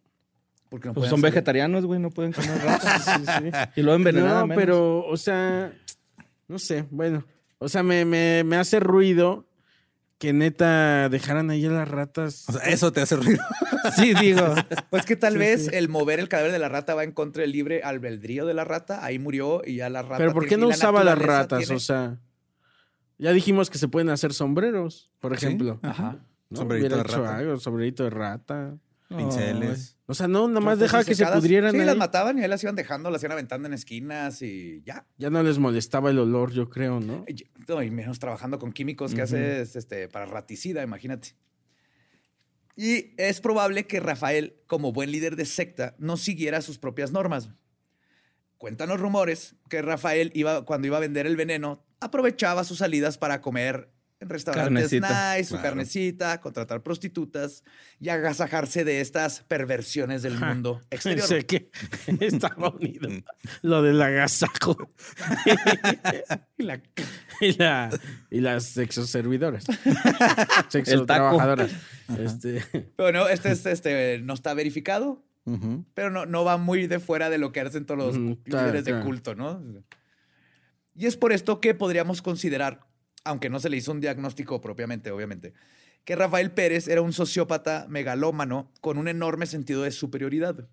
Porque no Pues pueden son hacer- vegetarianos, güey, no pueden *laughs* comer ratas. Sí, sí. Y luego envenenada No, pero, o sea, no sé, bueno. O sea, me, me, me hace ruido que neta dejaran ahí a las ratas. *laughs* O sea, eso te hace ruido. Sí, *laughs* digo. Pues que tal Sí, vez sí. el mover el cadáver de la rata va en contra del libre albedrío de la rata. Ahí murió y ya la rata. Pero ¿por tiene- qué y no la usaba las naturaleza ratas? tiene- O sea, ya dijimos que se pueden hacer sombreros, por ¿Ah, ejemplo. Ajá. ¿no? Sombrerito Hubiera de hecho rata. algo, sombrerito de rata. Pinceles. O sea, no, nada más Ratas dejaba que se disecadas. pudrieran. Sí, las ahí. mataban y ahí las iban dejando, las iban aventando en esquinas y ya. Ya no les molestaba el olor, yo creo, ¿no? Y- no, y menos trabajando con químicos que haces este, para raticida, imagínate. Y es probable que Rafael, como buen líder de secta, no siguiera sus propias normas. Cuentan los rumores que Rafael, iba, cuando iba a vender el veneno, aprovechaba sus salidas para comer en restaurantes Carnecita, nice, su claro. carnecita, contratar prostitutas y agasajarse de estas perversiones del mundo exterior. *laughs* Pensé que *laughs* estaba unido. Mm. Lo del agasajo. *laughs* y, la, y, la- y *laughs* las sexoservidoras. Sexotrabajadoras. Este, Pero no, este, este, este, no está verificado, Ujú. pero no, no va muy de fuera de lo que hacen todos los Ujú, cu- claro, líderes de claro. culto, ¿no? Y es por esto que podríamos considerar, aunque no se le hizo un diagnóstico propiamente, obviamente, que Rafael Pérez era un sociópata megalómano con un enorme sentido de superioridad,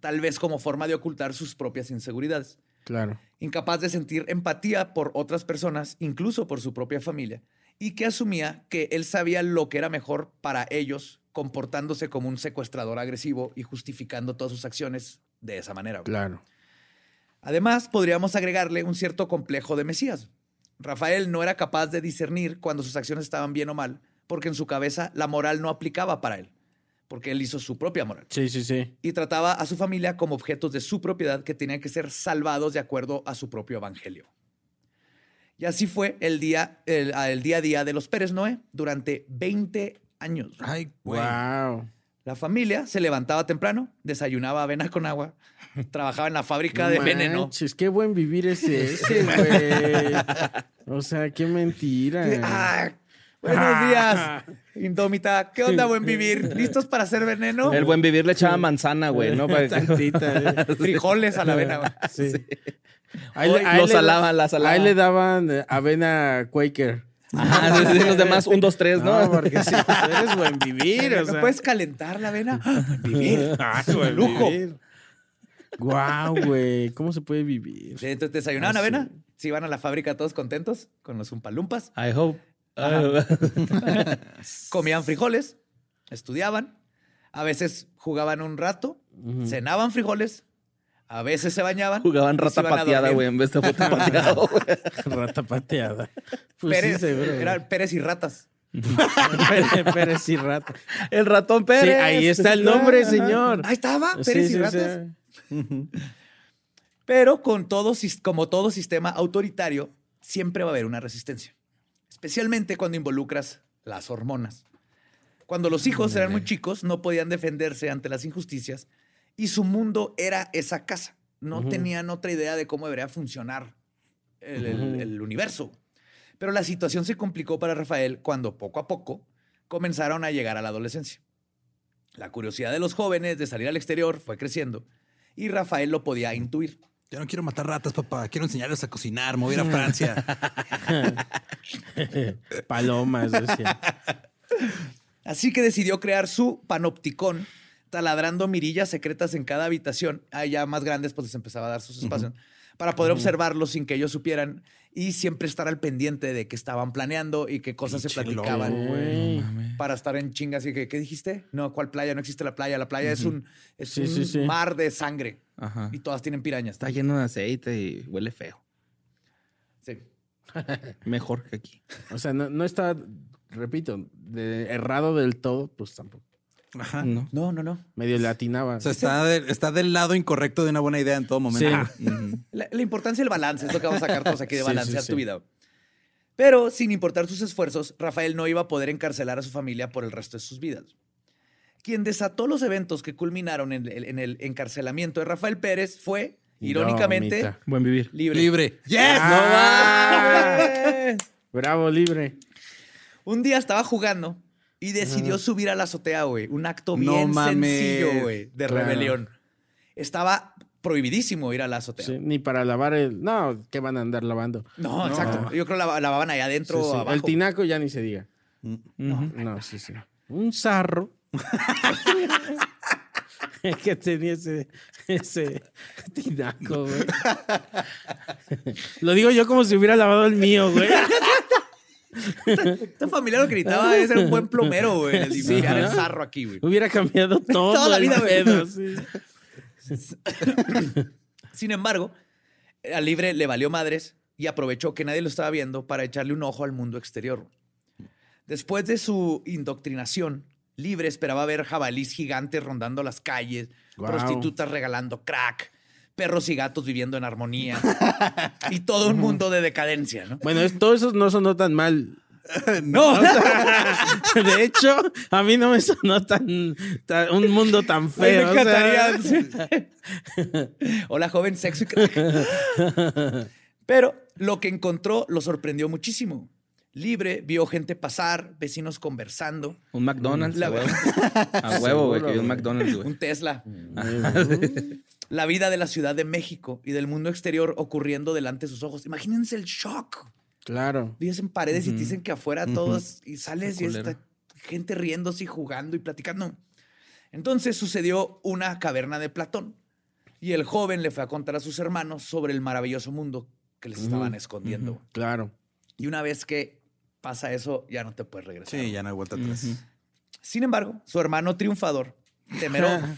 tal vez como forma de ocultar sus propias inseguridades claro. incapaz de sentir empatía por otras personas, incluso por su propia familia, y que asumía que él sabía lo que era mejor para ellos, comportándose como un secuestrador agresivo y justificando todas sus acciones de esa manera. Claro. Además, podríamos agregarle un cierto complejo de Mesías. Rafael no era capaz de discernir cuando sus acciones estaban bien o mal, porque en su cabeza la moral no aplicaba para él, porque él hizo su propia moral Sí, sí, sí. y trataba a su familia como objetos de su propiedad que tenían que ser salvados de acuerdo a su propio evangelio. Y así fue el día, el, a- el día a día de los Pérez Noé durante 20 años. Ay, güey. Wow. La familia se levantaba temprano, desayunaba avena con *laughs* agua, trabajaba en la fábrica de veneno. Manches, qué buen vivir *laughs* es ese, güey. O sea, *laughs* qué mentira. ¡Ah! Buenos *laughs* días, Indómita. ¿Qué onda, buen vivir? ¿Listos para hacer veneno? El buen vivir le echaba manzana, güey, ¿no? *laughs* Para *laughs* que- Tantita, eh. Frijoles a la avena. güey. Sí. Hoy lo salaban, la Ahí salaban. le daban eh, avena Quaker. Ajá, Ah, sí, sí, los demás, un, dos, tres, ¿no? *laughs* No, porque si eres buen vivir, o ¿Me sea. puedes calentar la *laughs* avena? ¡Ah, buen vivir. Es un lujo. Guau, güey. ¿Cómo se puede vivir? Sí, entonces desayunaban Ah, sí. avena, se iban a la fábrica todos contentos con los umpalumpas, I hope. comían frijoles, estudiaban, a veces jugaban un rato, cenaban frijoles, a veces se bañaban. Jugaban y se rata iban a pateada, dormir. güey, en vez de *laughs* bote pateado, güey. Rata pateada. Pues Pérez, sí, seguro. eran Pérez y ratas. *laughs* Pérez, Pérez y rata. El ratón Sí, Pérez. ahí está el nombre, Ajá. Ah, señor. Ahí estaba, Sí, Pérez sí, y sí. ratas. Pero con todo, sis- como todo sistema autoritario, siempre va a haber una resistencia, especialmente cuando involucras las hormonas. Cuando los hijos eran muy chicos, no podían defenderse ante las injusticias y su mundo era esa casa. No Ujú. tenían otra idea de cómo debería funcionar el, el- Ujú. el universo. Pero la situación se complicó para Rafael cuando poco a poco comenzaron a llegar a la adolescencia. La curiosidad de los jóvenes de salir al exterior fue creciendo y Rafael lo podía intuir. Yo no quiero matar ratas, papá. Quiero enseñarles a cocinar, mover a Francia. *laughs* Palomas, decía. Así que decidió crear su panopticón, taladrando mirillas secretas en cada habitación. A ya más grandes, pues les empezaba a dar sus espacios para poder observarlos sin que ellos supieran y siempre estar al pendiente de que estaban planeando y qué cosas se platicaban güey. No mames. para estar en chingas. Así que, ¿qué dijiste? No, ¿cuál playa? No existe la playa. La playa es un, es Sí, un sí, sí. mar de sangre Ajá. y todas tienen pirañas. Está lleno de aceite y huele feo. Sí. *laughs* Mejor que aquí. O sea, no, no está, repito, de- errado del todo, pues tampoco. Ajá. No. No, no, no. Medio latinaba. O sea, está, de- está del lado incorrecto de una buena idea en todo momento. Sí. Ah, La, la importancia del balance, es lo que vamos a sacar todos aquí de *laughs* Sí, balancear sí, sí. tu vida. Pero sin importar sus esfuerzos, Rafael no iba a poder encarcelar a su familia por el resto de sus vidas. Quien desató los eventos que culminaron en el, en el encarcelamiento de Rafael Pérez fue, irónicamente, Dinamita. Buen vivir. libre. Libre. ¡Yes! ¡Ah! Bravo, libre. Un día estaba jugando y decidió subir a la azotea, güey. Un acto No bien mames. sencillo, güey, de Claro. rebelión. Estaba prohibidísimo ir a la azotea. Sí, ni para lavar el. No, que van a andar lavando. No, exacto. Yo creo que la lavaban allá adentro Sí, sí. o abajo. El tinaco ya ni se diga. Ujú. No, sí, sí. Un zarro. que tenía ese, ese tinaco, güey. Lo digo yo como si hubiera lavado el mío, güey. Esta familia lo que gritaba es ser un buen plomero, güey. de *laughs* Sí, Limpiar ¿no? el sarro aquí, güey. Hubiera cambiado todo. Toda la el vida, güey. pedo, sí. Sin embargo, al libre le valió madres y aprovechó que nadie lo estaba viendo para echarle un ojo al mundo exterior. Después de su indoctrinación, Libre esperaba ver jabalís gigantes rondando las calles, Guau. prostitutas regalando crack, perros y gatos viviendo en *laughs* armonía y todo un mundo de decadencia, ¿no? Bueno, es- todo eso no sonó tan mal. *laughs* No, De hecho, a mí no me sonó tan, tan- un mundo tan feo. o sea, *laughs* Hola, joven, sexo y crack. Pero lo que encontró lo sorprendió muchísimo. Libre, vio gente pasar, vecinos conversando, Un McDonald's. La- A huevo. A huevo, güey. Que hay un McDonald's, güey. un Tesla. La vida de la Ciudad de México y del mundo exterior ocurriendo delante de sus ojos. Imagínense el shock. *laughs* claro. Vives en paredes y te dicen que afuera todos y sales Qué y culero. está gente riéndose y jugando y platicando. Entonces sucedió una caverna de Platón y el joven le fue a contar a sus hermanos sobre el maravilloso mundo que les estaban escondiendo. Claro. Y una vez que pasa eso, ya no te puedes regresar. Sí, ya no hay vuelta atrás. Sin embargo, su hermano triunfador, *laughs* temeroso, Ah,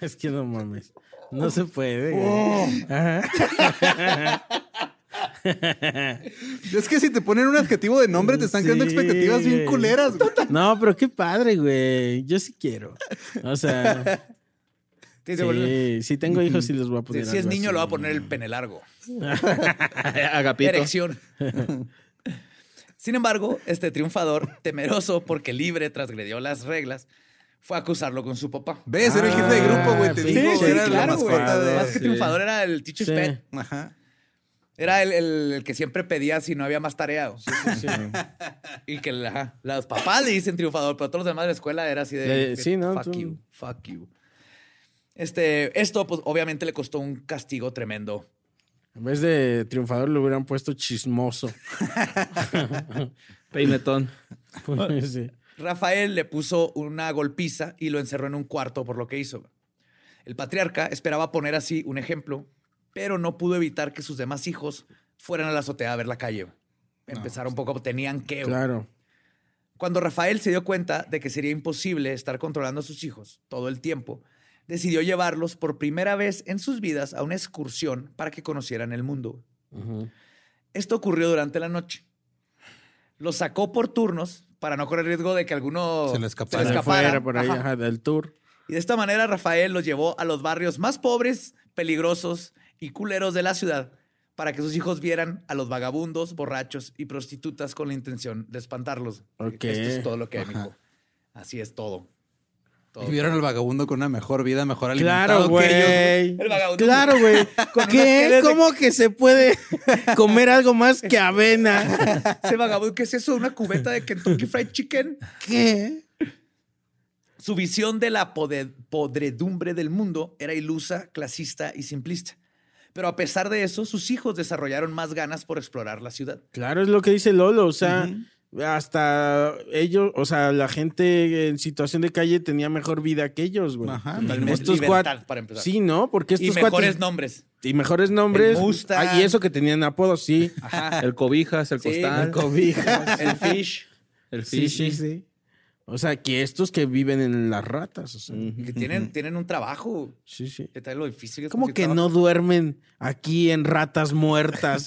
Es que no mames. No se puede. Es que si te ponen un adjetivo de nombre, te están creando Sí, expectativas bien güey. culeras. güey. No, pero qué padre, güey. Yo sí quiero. O sea, te dice, "Boludo, sí, si tengo hijos, sí les voy a poner. si es algo niño, así. le va a poner *laughs* el pene largo. Agapito. Erección. *laughs* Sin embargo, este triunfador, temeroso porque libre transgredió las reglas, fue a acusarlo con su papá. ¿Ves? Era el jefe de grupo, güey. Te Ah, digo, sí, era la claro, güey. mascota de. Más que sí. triunfador era el teacher's Sí. pet. Ajá. Era el, el- el que siempre pedía si no había más tarea. Sí. Y que la- los papás le dicen triunfador, pero todos los demás de la escuela era así de. Le- sí, ¿no? Fuck Tú- you, fuck you. Este, esto, pues, obviamente le costó un castigo tremendo. En vez de triunfador, le hubieran puesto chismoso. *laughs* Peinetón. Pues, Sí. Rafael le puso una golpiza y lo encerró en un cuarto por lo que hizo. El patriarca esperaba poner así un ejemplo, pero no pudo evitar que sus demás hijos fueran a la azotea a ver la calle. Empezaron un poco, tenían que. Claro. Cuando Rafael se dio cuenta de que sería imposible estar controlando a sus hijos todo el tiempo, decidió llevarlos por primera vez en sus vidas a una excursión para que conocieran el mundo. Ujú. Esto ocurrió durante la noche. Los sacó por turnos para no correr riesgo de que alguno Se le escapara. Se escapara. fuera por ahí, Ajá. ajá, del tour. Y de esta manera Rafael los llevó a los barrios más pobres, peligrosos y culeros de la ciudad para que sus hijos vieran a los vagabundos, borrachos y prostitutas con la intención de espantarlos. Ok. Esto es todo lo que hay, mijo. Así es todo. Todo. Y vieron al vagabundo con una mejor vida, mejor alimentado Claro, que ellos. güey. El vagabundo. Claro, güey. *laughs* Con unas ¿Qué? telas de- ¿Cómo que se *laughs* puede comer algo más que avena? Ese vagabundo, ¿qué es eso? ¿Una cubeta de Kentucky Fried Chicken? ¿Qué? Su visión de la pode- podredumbre del mundo era ilusa, clasista y simplista. Pero a pesar de eso, sus hijos desarrollaron más ganas por explorar la ciudad. Claro, es lo que dice Lolo. O sea, hasta ellos, o sea, la gente en situación de calle tenía mejor vida que ellos, güey. Ajá. Tenemos Estos libertad cuat- para empezar. Sí, ¿no? Porque estos y mejores cuates- nombres. y mejores nombres. El Mustang. Ah, y eso que tenían apodos, sí. El cobijas, Ah. el Sí, costal, el, el co- *laughs* Cobijas. El fish. sí, fishy. sí, sí. O sea, que estos que viven en las ratas, o sea, Que tienen, tienen un trabajo. sí, sí. ¿Qué tal lo difícil Mm. es Como conseguir que no trabajo? duermen aquí en ratas *laughs* muertas.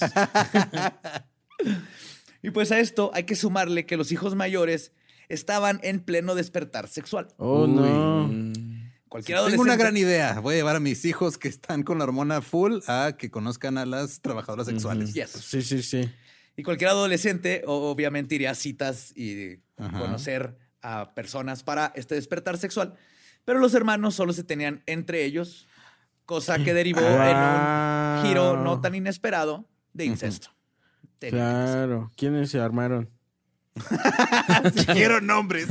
Y pues a esto hay que sumarle que los hijos mayores estaban en pleno despertar sexual. Oh, no. Cualquier Tengo una adolescente- gran idea. Voy a llevar a mis hijos que están con la hormona full a que conozcan a las trabajadoras *laughs* sexuales. Yes. Sí, sí, sí. Y cualquier adolescente o- obviamente iría a citas y Ajá. conocer a personas para este despertar sexual. Pero los hermanos solo se tenían entre ellos, cosa que derivó en Ah. un giro no tan inesperado de incesto. Tenían incesto. Claro. ¿Quiénes *laughs* se armaron? *laughs* Quiero nombres.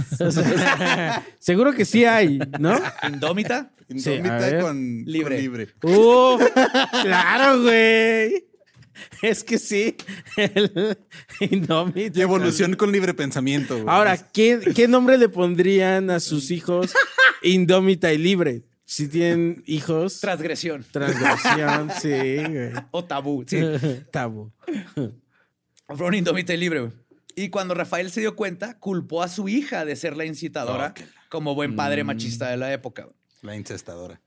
Seguro que sí hay, ¿no? Indómita. Indómita a ver. con Libre. con libre. Uh, claro, güey. Es que sí. *laughs* El Indomit. Y evolución con libre pensamiento. güey. Ahora, Pues, ¿qué, qué nombre le pondrían a sus hijos Indómita y Libre? Si tienen hijos. Transgresión *laughs* transgresión, sí, güey. o tabú. *laughs* Sí. Tabú. Fue un indómita y libre. güey. Y cuando Rafael se dio cuenta, culpó a su hija de ser la incitadora como buen padre machista de la época. la incestadora.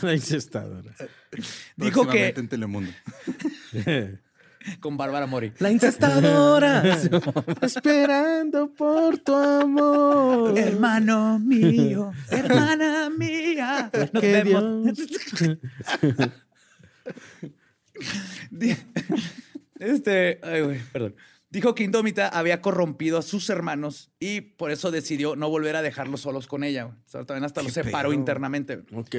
La incestadora. Dijo que Próximamente en Telemundo. con Bárbara Mori. La incestadora. Esperando por tu amor. Eh, Hermano mío, hermana mía. Nos Pues Que vemos. *laughs* Dios- *laughs* Di- Este, ay, güey, perdón. Dijo que Indómita había corrompido a sus hermanos y por eso decidió no volver a dejarlos solos con ella. güey. O sea, también hasta los separó internamente. güey. Ok.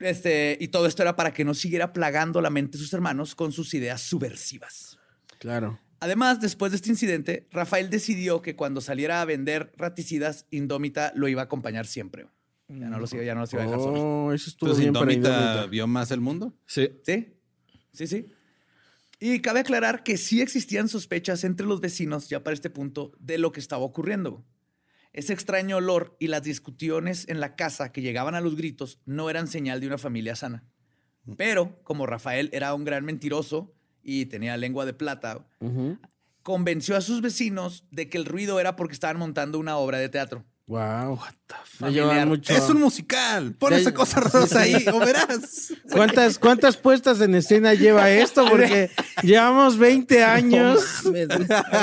Este, y todo esto era para que no siguiera plagando la mente de sus hermanos con sus ideas subversivas. Claro. Además, después de este incidente, Rafael decidió que cuando saliera a vender raticidas, Indómita lo iba a acompañar siempre. Ya no los iba, ya no los iba a dejar solos. Oh, eso estuvo Entonces, bien para Indómita Indómita. vio más el mundo. Sí. Sí, sí, sí. Y cabe aclarar que sí existían sospechas entre los vecinos ya para este punto de lo que estaba ocurriendo. Ese extraño olor y las discusiones en la casa que llegaban a los gritos no eran señal de una familia sana. Pero como Rafael era un gran mentiroso y tenía lengua de plata, convenció a sus vecinos de que el ruido era porque estaban montando una obra de teatro. Wow, what the fuck. Familiar. Llevan mucho- Es un musical. Pon Ya- esa cosa rosa ahí o verás. ¿Cuántas, ¿Cuántas puestas en escena lleva esto? Porque llevamos 20 años.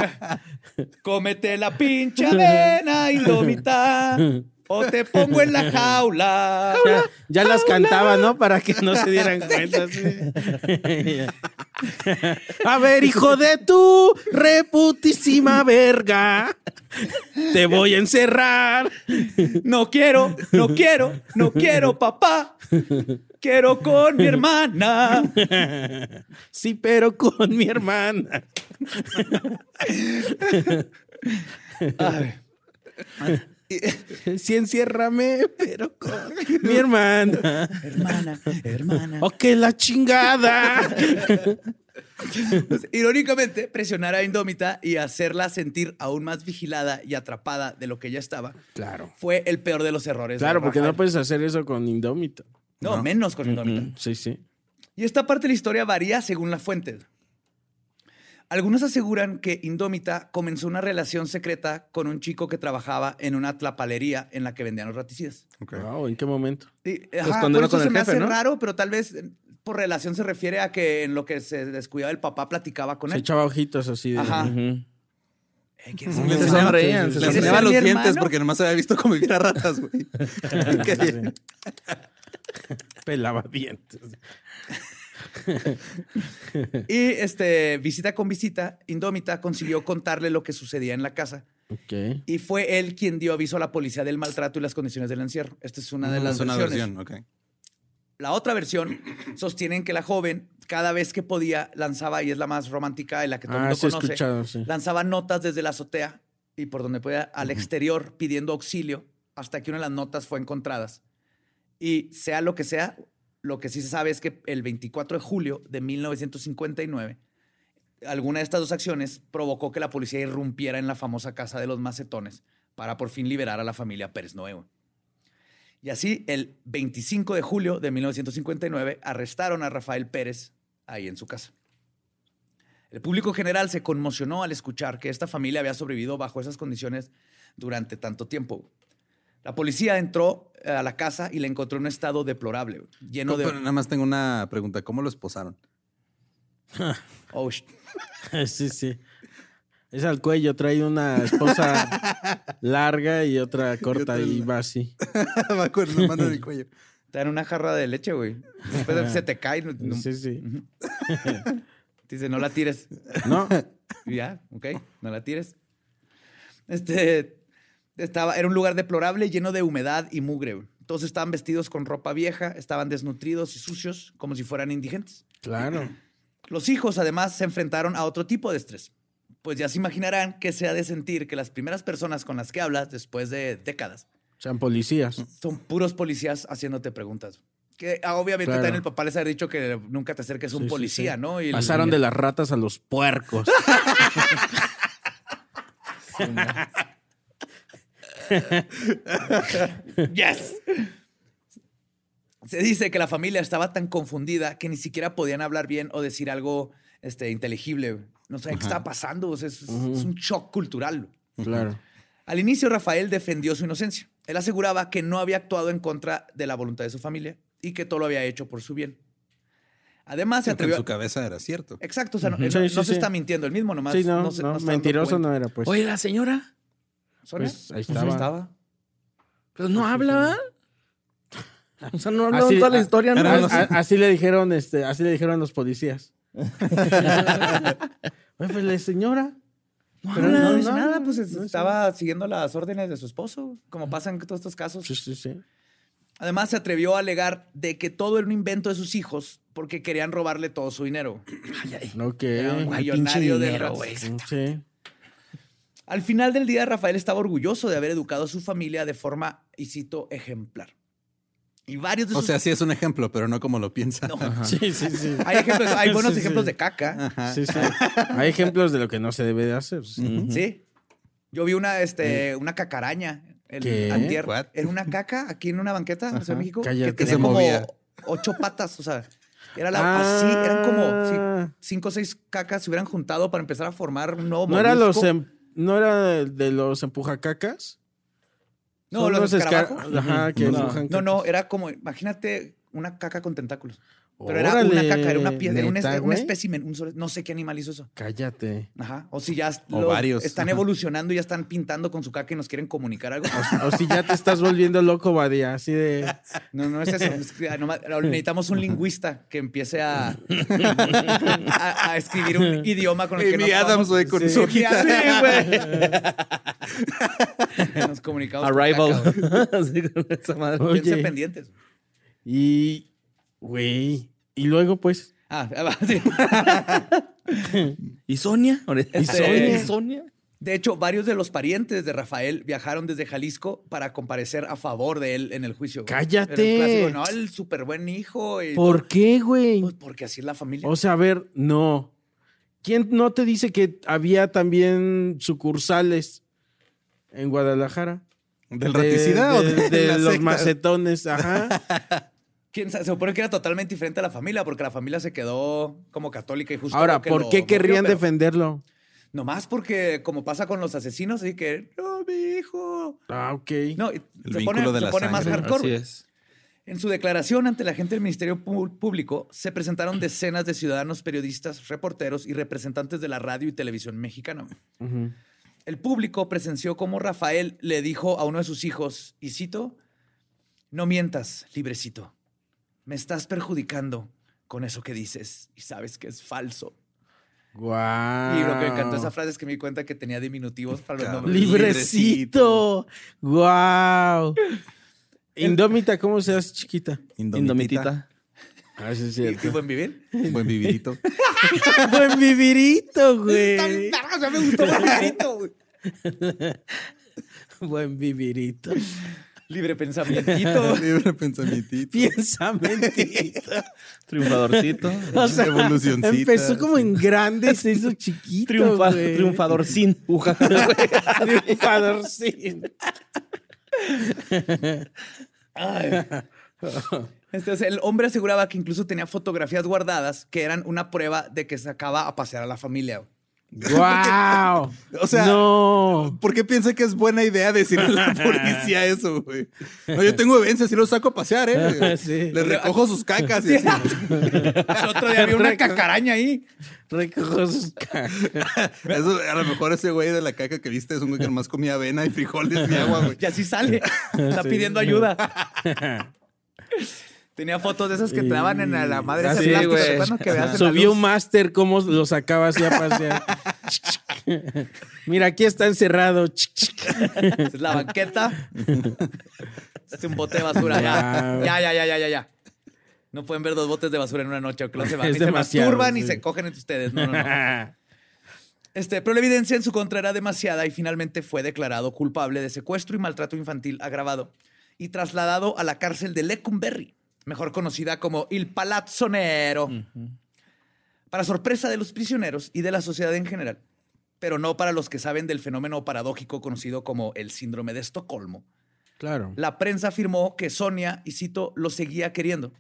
*laughs* Cómete la pincha vena indómita o te pongo en la jaula. Ya, ya las cantaba, ¿no? Para que no se dieran cuenta. sí. A ver, hijo de tu reputísima verga. Te voy a encerrar. No quiero, no quiero, no quiero, papá. Quiero con mi hermana. Sí, pero con mi hermana. Sí, enciérrame, pero con mi hermana. Hermana, hermana. ¡Oh, que la chingada! Pues, Irónicamente, presionar a Indómita y hacerla sentir aún más vigilada y atrapada de lo que ella estaba Claro. fue el peor de los errores. de Claro, porque no Rafael. puedes hacer eso con Indómito. No, menos con Indómita. Sí, sí. Y esta parte de la historia varía según la fuente. Algunos aseguran que Indómita comenzó una relación secreta con un chico que trabajaba en una tlapalería en la que vendían los raticidas. Wow, ¿en qué momento? Sí, Los ajá, condenó por pues, eso con se el me jefe, hace ¿no? raro, pero tal vez eh, por relación se refiere a que en lo que se descuidaba el papá platicaba con Se él. echaba ojitos así de. Ajá. Ujú. Eh, ¿quién sabe? Le Se sonreían, se Le sonreían. enseñaba los ¿Mi dientes hermano? porque nomás había visto convivir a ratas, güey. *laughs* Que- *laughs* Pelaba dientes. Y este, visita con visita, Indómita consiguió contarle lo que sucedía en la casa. Ok. Y fue él quien dio aviso a la policía del maltrato y las condiciones del encierro. Esta es una de las Mm, Es una versiones. versión, ok. La otra versión *clears throat* sostienen que la joven, cada vez que podía, lanzaba, y es la más romántica y la que todo el Ah, mundo sí, he conoce, *laughs* escuchado, sí. *laughs* lanzaba notas desde la azotea y por donde podía al exterior pidiendo auxilio hasta que una de las notas fue encontradas. Y sea lo que sea, lo que sí se sabe es que el 24 de julio de 1959, alguna de estas dos acciones provocó que la policía irrumpiera en la famosa casa de los macetones para por fin liberar a la familia Pérez Nuevo. Y así, el 25 de julio de 1959, arrestaron a Rafael Pérez ahí en su casa. El público general se conmocionó al escuchar que esta familia había sobrevivido bajo esas condiciones durante tanto tiempo. La policía entró eh, a la casa y la encontró en un estado deplorable, lleno Pero de... nada más tengo una pregunta. ¿Cómo lo esposaron? Oh, sh- sí, sí. Es al cuello, trae una esposa *laughs* larga y otra corta y va así. *laughs* Me acuerdo, mano en el cuello. te dan una jarra de leche, güey. Después de- se te cae. no- no- Sí, sí. te dice, no la tires. No, Y Ya, ok, no la tires. Este, estaba, era un lugar deplorable, lleno de humedad y mugre. Todos estaban vestidos con ropa vieja, estaban desnutridos y sucios, como si fueran indigentes. claro. Los hijos, además, se enfrentaron a otro tipo de estrés. Pues ya se imaginarán que se ha de sentir que las primeras personas con las que hablas después de décadas Sean policías. son puros policías haciéndote preguntas. Que ah, obviamente Claro. también el papá les ha dicho que nunca te acerques a un Sí, sí, policía, sí. ¿no? Y el- Pasaron de las ratas a *laughs* los puercos. *laughs* Yes. Se dice que la familia estaba tan confundida que ni siquiera podían hablar bien o decir algo este, inteligible. No sabían qué estaba pasando. o sea, es, es un shock cultural. claro. Al inicio, Rafael defendió su inocencia. Él aseguraba que no había actuado en contra de la voluntad de su familia y que todo lo había hecho por su bien. Además, se Porque en atrevió. su cabeza era cierto. Exacto, o sea, no, Ujú. él no- Sí, sí, no se sí. está mintiendo él mismo, nomás. Sí, no, se- está no, dando mentiroso cuenta. no era, pues. Oye, la señora, ¿Sonia? Pues, ahí Pues, estaba. pero pues no habla. ¿verdad? O sea, no habla Así- toda la a- historia, ¿no? a- a- así le dijeron, este, así le dijeron *laughs* los policías. Oye, pues la señora. No Pero habla. no, no, dice no, nada, no, pues no, estaba siguiendo las órdenes de su esposo, como pasa en todos estos casos. Sí, sí, sí. Además, se atrevió a alegar de que todo era un invento de sus hijos porque querían robarle todo su dinero. No, Era un que. millonario de ratas. Sí. Al final del día, Rafael estaba orgulloso de haber educado a su familia de forma, y cito, ejemplar. Y varios de O sus... sea, sí es un ejemplo, pero no como lo piensa. *laughs* No. Sí, sí, sí. Hay, ejemplos- hay buenos *laughs* Sí, sí. ejemplos de caca, Ajá. Sí, sí. Hay ejemplos de lo que no se debe de hacer. pues. sí. ¿sí? Yo vi una, este, una cacaraña, el ¿Qué? antier. What? Era una caca aquí en una banqueta, o sea, en México, Cállate. que Que se tenía como movía. ocho patas, o sea, era la, así, eran como... sí, Ah. cinco o seis cacas se hubieran juntado para empezar a formar un nuevo ¿No era, los molusco. em- ¿No era de los empujacacas? No, Son los esca- escarabajos. Ajá, que No. empujan No, no, cacas. era como, imagínate una caca con tentáculos. Pero era Órale, una caca, era una piedra, era un, neta, espe- un güey. espécimen, un solo- no sé qué animal hizo eso. Cállate. Ajá. O si ya O los- varios, están ajá. evolucionando y ya están pintando con su caca y nos quieren *laughs* comunicar algo. O si ya te estás volviendo loco, Badía, así de... No, no es eso. Es que, ah, nomás- necesitamos un lingüista que empiece a, a, a escribir un idioma con el que Amy nos Adams, podamos- güey, con sí. su Sí, hojita. güey. *laughs* nos comunicamos. con caca, güey. Arrival. Así con *laughs* esa madre. Piensen Oye, pendientes. y... Güey. Y luego, pues... Ah, ah, va, sí. ¿Y Sonia? Este, ¿Y Sonia? ¿Y Sonia? De hecho, varios de los parientes de Rafael viajaron desde Jalisco para comparecer a favor de él en el juicio. güey. ¡Cállate! Era el clásico, no, el súper buen hijo. y- ¿Por qué, güey? Pues porque así es la familia. O sea, a ver, no. ¿Quién no te dice que había también sucursales en Guadalajara? ¿Del De- raticida o de, de, *laughs* de la los secta? macetones? Ajá. ¿Quién sabe? Se supone que era totalmente diferente a la familia porque la familia se quedó como católica y justo. Ahora, lo Pues que ¿por lo qué movió, querrían pero defenderlo? Nomás porque, como pasa con los asesinos, así que, no, mi hijo. Ah, ok. No, y se pone, vínculo de se la pone más sangre. hardcore. Así güey. es. En su declaración ante la gente del Ministerio Pú- Público, se presentaron decenas de ciudadanos, periodistas, reporteros y representantes de la radio y televisión mexicana. Ujú. El público presenció cómo Rafael le dijo a uno de sus hijos, y cito, no mientas, librecito. Me estás perjudicando con eso que dices y sabes que es falso. Guau. Y lo que me encantó de Ah. esa frase es que me di cuenta que tenía diminutivos para los Claro. nombres. Librecito. Guau. Indómita, ¿cómo se hace chiquita? Indomitita. Indomitita. Ah, sí, es Y- y buen vivir. Buen vividito. *laughs* Buen vivirito, güey. Tan vergas, ya *laughs* me gustó buen vivirito, güey. Buen vivirito. Libre pensamiento. Libre pensamiento. Piensa mentito. Triunfadorcito. O sea, Evolucioncita, empezó como sí. en grande y se hizo chiquito. Triunfa- güey. triunfador sin. *laughs* Triunfador, sí. Entonces, Este el hombre aseguraba que incluso tenía fotografías guardadas que eran una prueba de que sacaba a pasear a la familia. güey. ¡Wow! O sea, no. ¿Por qué piensa que es buena idea decirle a *laughs* la policía eso, güey? No, yo tengo evidencia, si lo saco a pasear, ¿eh? *laughs* Sí. Les recojo sus cacas y así. *laughs* El otro día había una cacaraña ahí. Recojo sus cacas. Eso, a lo mejor ese güey de la caca que viste es un güey que nomás comía avena y frijoles y agua, *laughs* güey. Y así sale. Está pidiendo ayuda. *laughs* Tenía fotos de esas que te daban en la madre ese ah, Sí, plástico, güey. ¿te acuerdas que veas en la Subió luz? un máster cómo lo sacaba así a *laughs* pasear. Mira, aquí está encerrado. Es la *laughs* banqueta. es un bote de basura. Ya, Wow. ya, ya, ya, ya, ya, ya. No pueden ver dos botes de basura en una noche. o que no se, van, Es ni se demasiado, masturban y sí. se cogen entre ustedes. No, no, no. Este, pero la evidencia en su contra era demasiada y finalmente fue declarado culpable de secuestro y maltrato infantil agravado y trasladado a la cárcel de Lecumberri, mejor conocida como Il Palazzo Nero. Para sorpresa de los prisioneros y de la sociedad en general, pero no para los que saben del fenómeno paradójico conocido como el síndrome de Estocolmo, claro. la prensa afirmó que Sonia, y cito, lo seguía queriendo,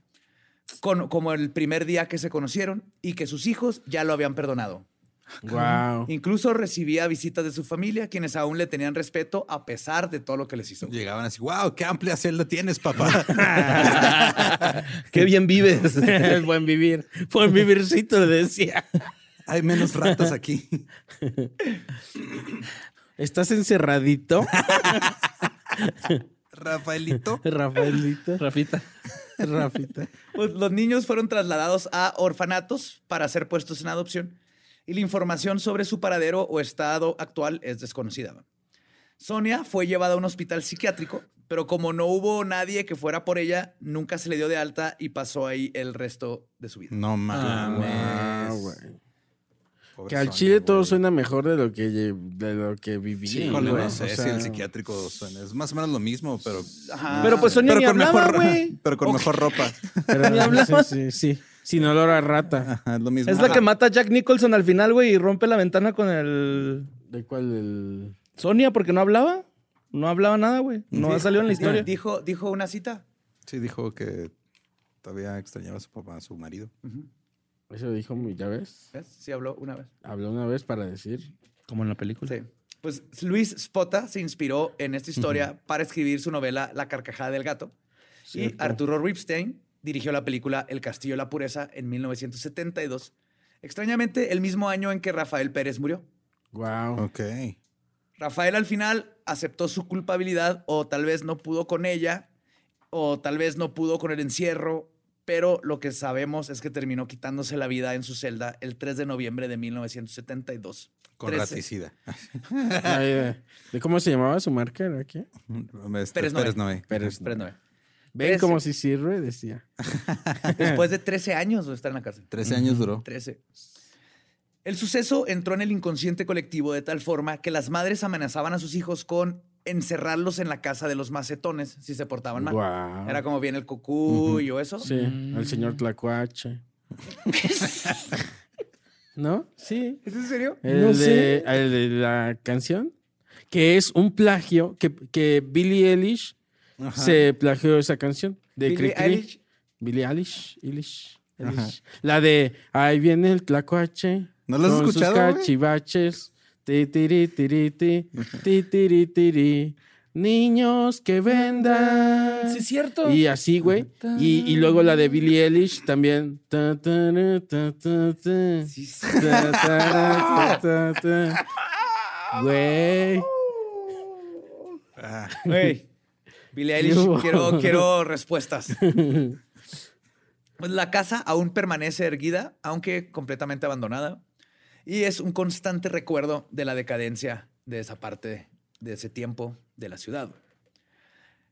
con- como el primer día que se conocieron y que sus hijos ya lo habían perdonado. *laughs* Wow. Incluso recibía visitas de su familia, quienes aún le tenían respeto a pesar de todo lo que les hizo. Llegaban así, wow, qué amplia celda tienes, papá. *laughs* *laughs* Qué bien vives. Buen vivir. Buen vivircito, le decía. Hay menos ratas aquí. *laughs* ¿Estás encerradito, Rafaelito. Rafaelito? *laughs* Rafita. Rafita. Pues, los niños fueron trasladados a orfanatos para ser puestos en adopción y la información sobre su paradero o estado actual es desconocida. Sonia fue llevada a un hospital psiquiátrico, pero como no hubo nadie que fuera por ella, nunca se le dio de alta y pasó ahí el resto de su vida. No Ah, mames. Pues wow, güey. Pobre Que al Sonia, chile todo güey. suena mejor de lo que, lle- de lo que viví. Sí, híjole, no sé si el psiquiátrico suena. Es más o menos lo mismo, pero. Ajá. Pero pues Sonia pero ni con hablaba, mejor- güey. *laughs* Pero con mejor ropa. Ni hablaba. Sí, sí, sí. Sin olor a rata. Ajá, es lo mismo. Es la Ajá. que mata a Jack Nicholson al final, güey, y rompe la ventana con el. ¿De cuál el...? Sonia, porque no hablaba. No hablaba nada, güey. No ha salido en la historia. dijo, dijo una cita. Sí, dijo que todavía extrañaba a su papá, a su marido. Eso dijo, mi- ya ves, ¿Ves? Sí habló una vez. habló una vez para decir. Como en la película. Sí. Pues Luis Spota se inspiró en esta historia para escribir su novela La carcajada del gato. Y Cierto. Arturo Ripstein dirigió la película El castillo de la pureza en 1972. Extrañamente, el mismo año en que Rafael Pérez murió. Wow. Ok. Rafael al final aceptó su culpabilidad o tal vez no pudo con ella o tal vez no pudo con el encierro, pero lo que sabemos es que terminó quitándose la vida en su celda el 3 de noviembre de 1972. Con Trece. raticida. ¿De, eh, de cómo se llamaba su marca? ¿Era qué? Este, Pérez Noé. Pérez Noé. Pérez. Pérez Noé. ¿Ven Pérez- cómo sí sirve? Decía. Después de 13 años de estar en la cárcel. Trece años duró. 13. El suceso entró en el inconsciente colectivo de tal forma que las madres amenazaban a sus hijos con encerrarlos en la casa de los macetones si se portaban mal. Wow. Era como bien el cucuy o eso. Sí, al Mm. señor *laughs* Tlacuache. ¿No? Sí. ¿Es en serio? El, No de, sé. el de la canción, que es un plagio, que, que Billie Eilish se plagió esa canción. De Billie Billie Eilish. Eilish. Billie Eilish. Eilish, Eilish. La de Ahí viene el tlacuache. ¿No la has con sus escuchado, güey? cachivaches. Ti, tiri, tiri, ti, ti, tiri, tiri. Niños que vendan. Sí, es cierto. Y así, güey. Y, y luego la de Billie Eilish también. Ta, ta, ra, ta, ta, ta. Ta, ta, ra, ta, ta, ta. Güey. Güey. Billie Eilish, hubo? quiero, quiero respuestas. Pues la casa aún permanece erguida, aunque completamente abandonada, y es un constante recuerdo de la decadencia de esa parte, de ese tiempo de la ciudad.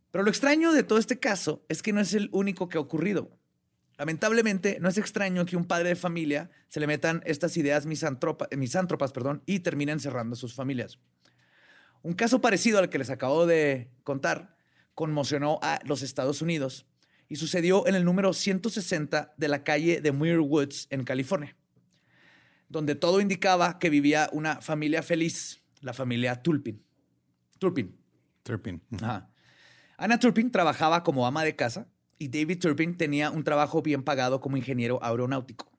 Pero lo extraño de todo este caso es que no es el único que ha ocurrido. Lamentablemente, no es extraño que un padre de familia se le metan estas ideas misantropa- eh, misántropas perdón, y terminen cerrando a sus familias. Un caso parecido al que les acabo de contar conmocionó a los Estados Unidos y sucedió en el número 160 de la calle de Muir Woods en California, donde todo indicaba que vivía una familia feliz, la familia Tulpin. Turpin. Turpin. Ajá. Ana Turpin trabajaba como ama de casa y David Turpin tenía un trabajo bien pagado como ingeniero aeronáutico.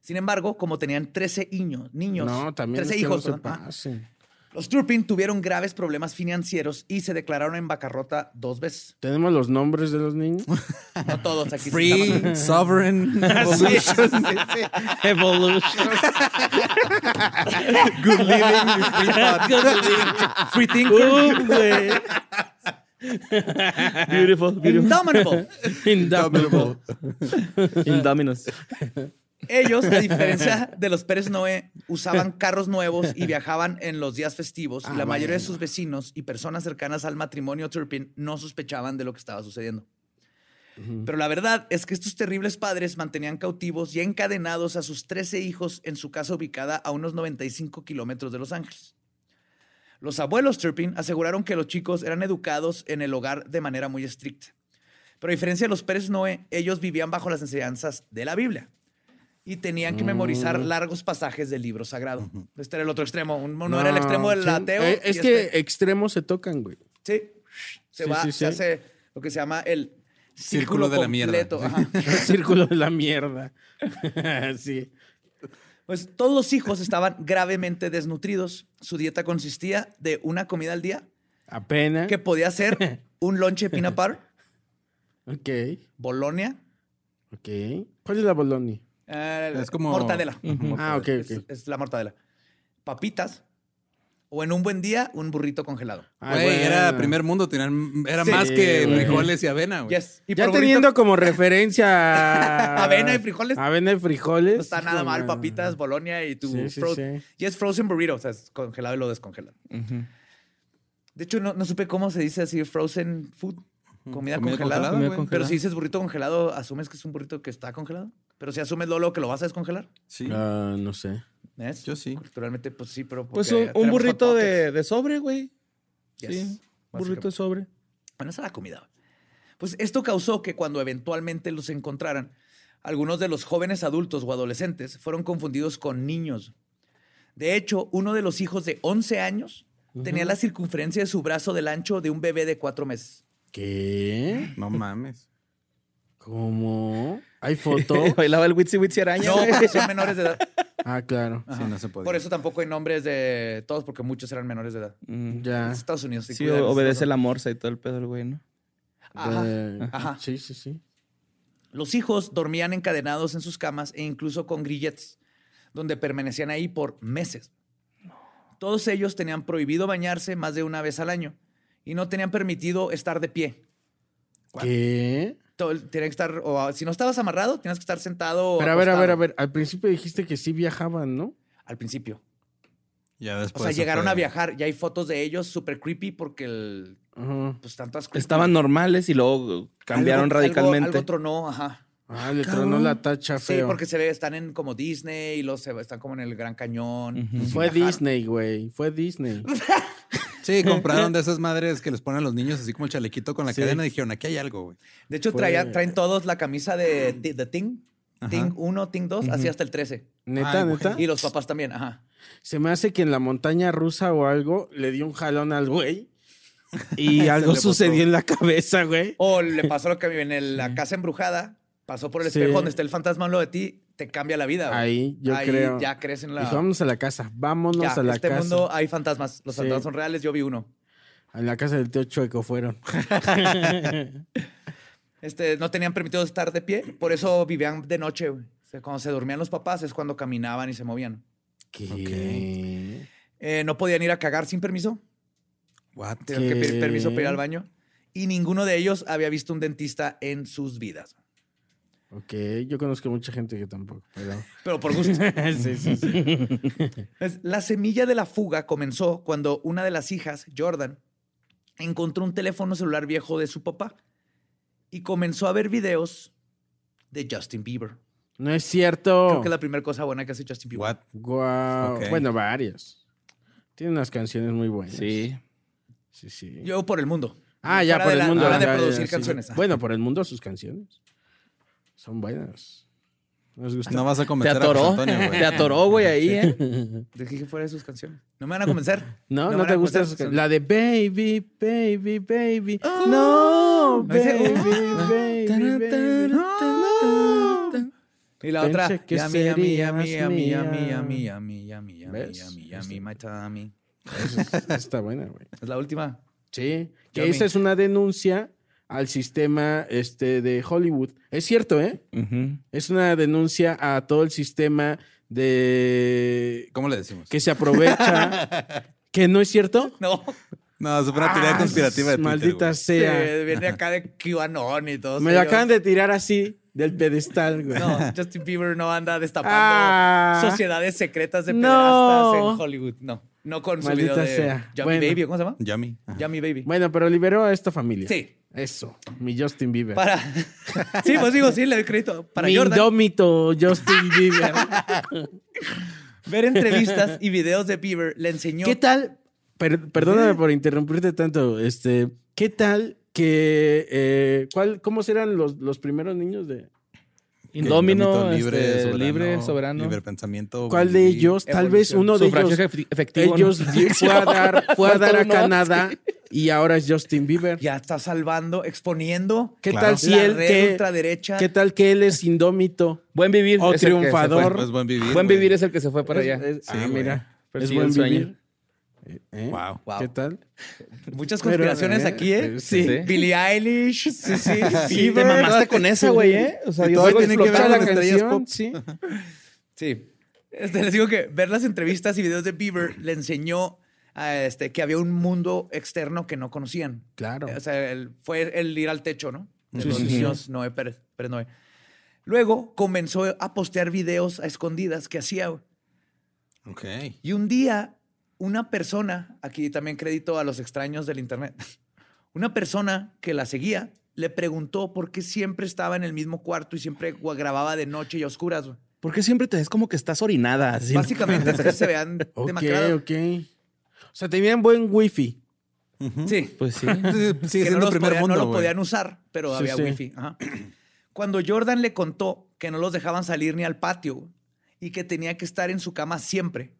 Sin embargo, como tenían 13 niños, niños No, también 13 es que hijos, no se Ah. perdón, ah, ajá, pasen. los Turpin tuvieron graves problemas financieros y se declararon en bancarrota dos veces. Tenemos los nombres de *laughs* los niños. No todos aquí. se llaman- Free, *laughs* *laughs* sovereign, evolution. *laughs* Evolution. Good living, free *laughs* thought. Free thinker. Uh, güey. beautiful, beautiful. Indomitable. Indomitable. Indominus. Ellos, a diferencia de los Pérez Noé, usaban carros nuevos y viajaban en los días festivos. y la mayoría de sus vecinos y personas cercanas al matrimonio Turpin no sospechaban de lo que estaba sucediendo. Pero la verdad es que estos terribles padres mantenían cautivos y encadenados a sus 13 hijos en su casa ubicada a unos 95 kilómetros de Los Ángeles. Los abuelos Turpin aseguraron que los chicos eran educados en el hogar de manera muy estricta. Pero a diferencia de los Pérez Noé, ellos vivían bajo las enseñanzas de la Biblia y tenían que memorizar Mm. largos pasajes del libro sagrado. Este era el otro extremo. Un- Uno era el extremo del sí. ateo. Eh, y Es que este- extremos se tocan, güey. sí, se Sí, va, sí, se sí. hace lo que se llama el Círculo de la mierda. completo, ajá. El *laughs* círculo de la mierda. *laughs* sí. Pues todos los hijos estaban gravemente desnutridos. Su dieta consistía de una comida al día Apenas. que podía ser un lonche peanut butter, Ok. bolonia, Ok. ¿Cuál es la Bologna? eh, Es como- mortadela. Ah, ok, Es, ok. es la mortadela. Papitas o en un buen día un burrito congelado. Ah, Güey, bueno. era primer mundo, tenían, era Sí, más que güey. frijoles y avena, güey. Yes. Y Ya por burrito teniendo como referencia. *laughs* Avena y frijoles. Avena y frijoles. no está nada mal, bueno. papitas, bolonia y tu Sí, sí, fro- sí. Y es frozen burrito, o sea, es congelado y lo descongelan. De hecho, no, no supe cómo se dice así frozen food, comida, Comida congelada. congelada, Comida güey. congelada. Pero si dices burrito congelado, asumes que es un burrito que está congelado. Pero si asumes Lolo que lo vas a descongelar. Sí. Ah, no sé. ¿ves? Yo sí. Culturalmente, pues sí, pero. Pues porque un, un tenemos burrito hot de, de sobre, güey. pockets. Yes, sí, Burrito de *laughs* básicamente. sobre. Bueno, esa era la comida. Pues esto causó que cuando eventualmente los encontraran, algunos de los jóvenes adultos o adolescentes fueron confundidos con niños. De hecho, uno de los hijos de 11 años tenía la circunferencia de su brazo del ancho de un bebé de cuatro meses. ¿Qué? No mames. ¿Cómo? ¿Hay foto? *laughs* Bailaba el Witsi Witsi araña. No, güey. porque son menores de *laughs* edad. ah, claro. Sí, no se podía. Por eso tampoco hay nombres de todos, porque muchos eran menores de edad. Mm. Ya. En Estados Unidos sí Sí, cuidan esas obedece cosas. la morsa y todo el pedo, el güey, ¿no? Ajá. De- ajá. Sí, sí, sí. Los hijos dormían encadenados en sus camas e incluso con grilletes, donde permanecían ahí por meses. Todos ellos tenían prohibido bañarse más de una vez al año y no tenían permitido estar de pie. ¿Qué? Todo el- tenían que estar, o a- si no estabas amarrado, tienes que estar sentado. o Pero a ver, a ver, a acostado. ver. Al principio dijiste que sí viajaban, ¿no? Al principio. Ya O después. sea, se llegaron fue. a viajar. Ya hay fotos de ellos súper creepy porque el, Ajá. pues tantas Estaban normales y luego cambiaron radicalmente. Algo, tronó, ajá. Ah, le tronó la tacha Sí, feo. porque se ve, están en como Disney y los están como en el Gran Cañón. Ujú. Sí, Fue viajaron. Disney, güey. Fue *laughs* Disney. Sí, compraron de esas madres que les ponen a los niños así como el chalequito con la Sí. cadena y dijeron, aquí hay algo, güey. De hecho, Fue- traía- traen todos la camisa de Ti- de Ting. Ting 1, Ting 2, así hasta el 13. Neta, Ay, güey. neta. Y los papás también, ajá. Se me hace que en la montaña rusa o algo le dio un jalón al güey. *laughs* Y le algo botó. sucedió en la cabeza, güey. O le pasó lo que en el- la casa embrujada, pasó por el Sí. espejo donde está el fantasma lo de ti, te cambia la vida. güey. Ahí, yo creo. ya crees en la... Dijo, vámonos a la casa. Vámonos Ya, a la este casa. mundo hay fantasmas. Los Sí. fantasmas son reales, yo vi uno. A la casa del tío Chueco fueron. Este, no tenían permitido estar de pie, por eso vivían de noche. güey. O sea, Cuando se dormían los papás es cuando caminaban y se movían. ¿Qué? Eh, no podían ir a cagar sin permiso. What? Tenían que ¿Qué? pedir permiso para ir al baño. Y ninguno de ellos había visto un dentista en sus vidas. Ok, yo conozco mucha gente que tampoco, pero... Pero por gusto. *laughs* sí, sí, sí. *laughs* Es- La semilla de la fuga comenzó cuando una de las hijas, Jordan, encontró un teléfono celular viejo de su papá y comenzó a ver videos de Justin Bieber. No es cierto. Creo que es la primera cosa buena que hace Justin Bieber. What? Guau. Ok. Bueno, varias. Tiene unas canciones muy buenas. Sí. Sí, sí. Yo por el mundo. Ah, ya Fuera por de el la- mundo. fuera de ya, ya, producir sí. canciones. Bueno, por el mundo sus canciones. Son buenas. Nos gusta. No vas a Te convencer a atoró. José *laughs* Antonio, güey. Te atoró, güey, ahí, ¿eh? Dejé que fuera de sus canciones. No me van a convencer. *laughs* No, no, me van te a gusta convencer. esa- La de Baby, Baby, Baby. no, Ah. No dice, Baby, "Oh". Ah. Baby, baby, no. Y la Pensé otra. que Yami, yami, yami, serías yami, yami, mía. yami, yami, yami, yami, ¿Ves? Este. yami, yami, my tummy. Eso es- esa Está buena, güey. Es la última. Sí. Que Yummy. esa es una denuncia al sistema este, de Hollywood. Es cierto, ¿eh? Ujú. Es una denuncia a todo el sistema de ¿Cómo le decimos? que se aprovecha. *laughs* que no es cierto. *laughs* No, No, es una teoría Ah, conspirativa de Twitter, Maldita güey. sea. se viene acá de QAnon y todo. Me lo ellos. acaban de tirar así del pedestal, güey. No, Justin Bieber no anda destapando Ah. sociedades secretas de No. pederastas en Hollywood. No, no con su Maldita video de sea. Yummy Bueno. Baby. ¿Cómo se llama? Yummy. Ajá. Yummy Baby. Bueno, pero liberó a esta familia. Sí. Eso. Mi Justin Bieber. Para. *laughs* sí, pues digo, sí, le doy crédito. Para mi Jordan. *laughs* indómito Justin Bieber. Ver *laughs* entrevistas y videos de Bieber le enseñó. ¿Qué tal? per- perdóname por interrumpirte tanto. Este, ¿qué tal que eh, cuál, cómo serán los, los primeros niños de Indómino, libre, este, soberano, libre, soberano. Libre pensamiento. cuál de Bolivia. ellos? Tal vez Evolución. uno de Sufragio ellos. efecti- efectivo. ¿no? *laughs* Ellos di- fue a dar, fue a, dar a Bartolomé. *laughs* Canadá y ahora es Justin Bieber. Ya está salvando, exponiendo. ¿Qué Claro. tal si la él red que- ultraderecha. ¿Qué tal que él es indómito? Buen vivir. O es el que se fue. triunfador. Pues buen vivir. Buen güey. vivir es el que se fue para Es- allá. es- Sí, ah, güey. mira. Es Persigue buen el sueño. vivir. ¿Eh? Wow. Wow. ¿Qué tal? Muchas conspiraciones Pero, aquí, ¿eh? eh, sí. Sí. Billie Eilish. Sí, sí. Sí, te mamaste con esa, güey, ¿eh? O sea, Y yo todo salgo tiene que ver explotado. con la estrellas canción. pop. Sí. Sí. Este, les digo que ver las entrevistas y videos de Bieber le enseñó a este, que había un mundo externo que no conocían. Claro. O sea, el- fue el ir al techo, ¿no? De Sí, los sí, sí. niños Noé Pérez, Pérez Noé. Luego comenzó a postear videos a escondidas que hacía. güey. Ok. Y un día, una persona, aquí también crédito a los extraños del Internet, *laughs* una persona que la seguía le preguntó por qué siempre estaba en el mismo cuarto y siempre gua- grababa de noche y a oscuras. güey. ¿Por qué siempre te ves como que estás orinada? así, no? Básicamente, hasta que se vean *laughs* Ok, demacrados. ok. O sea, tenían buen wifi. Ujú. Sí. Pues sí. Entonces, Sigue *laughs* que no, siendo los primer podían, no mundo, lo güey. podían usar, pero Sí, había sí. wifi. Ajá. Cuando Jordan le contó que no los dejaban salir ni al patio y que tenía que estar en su cama siempre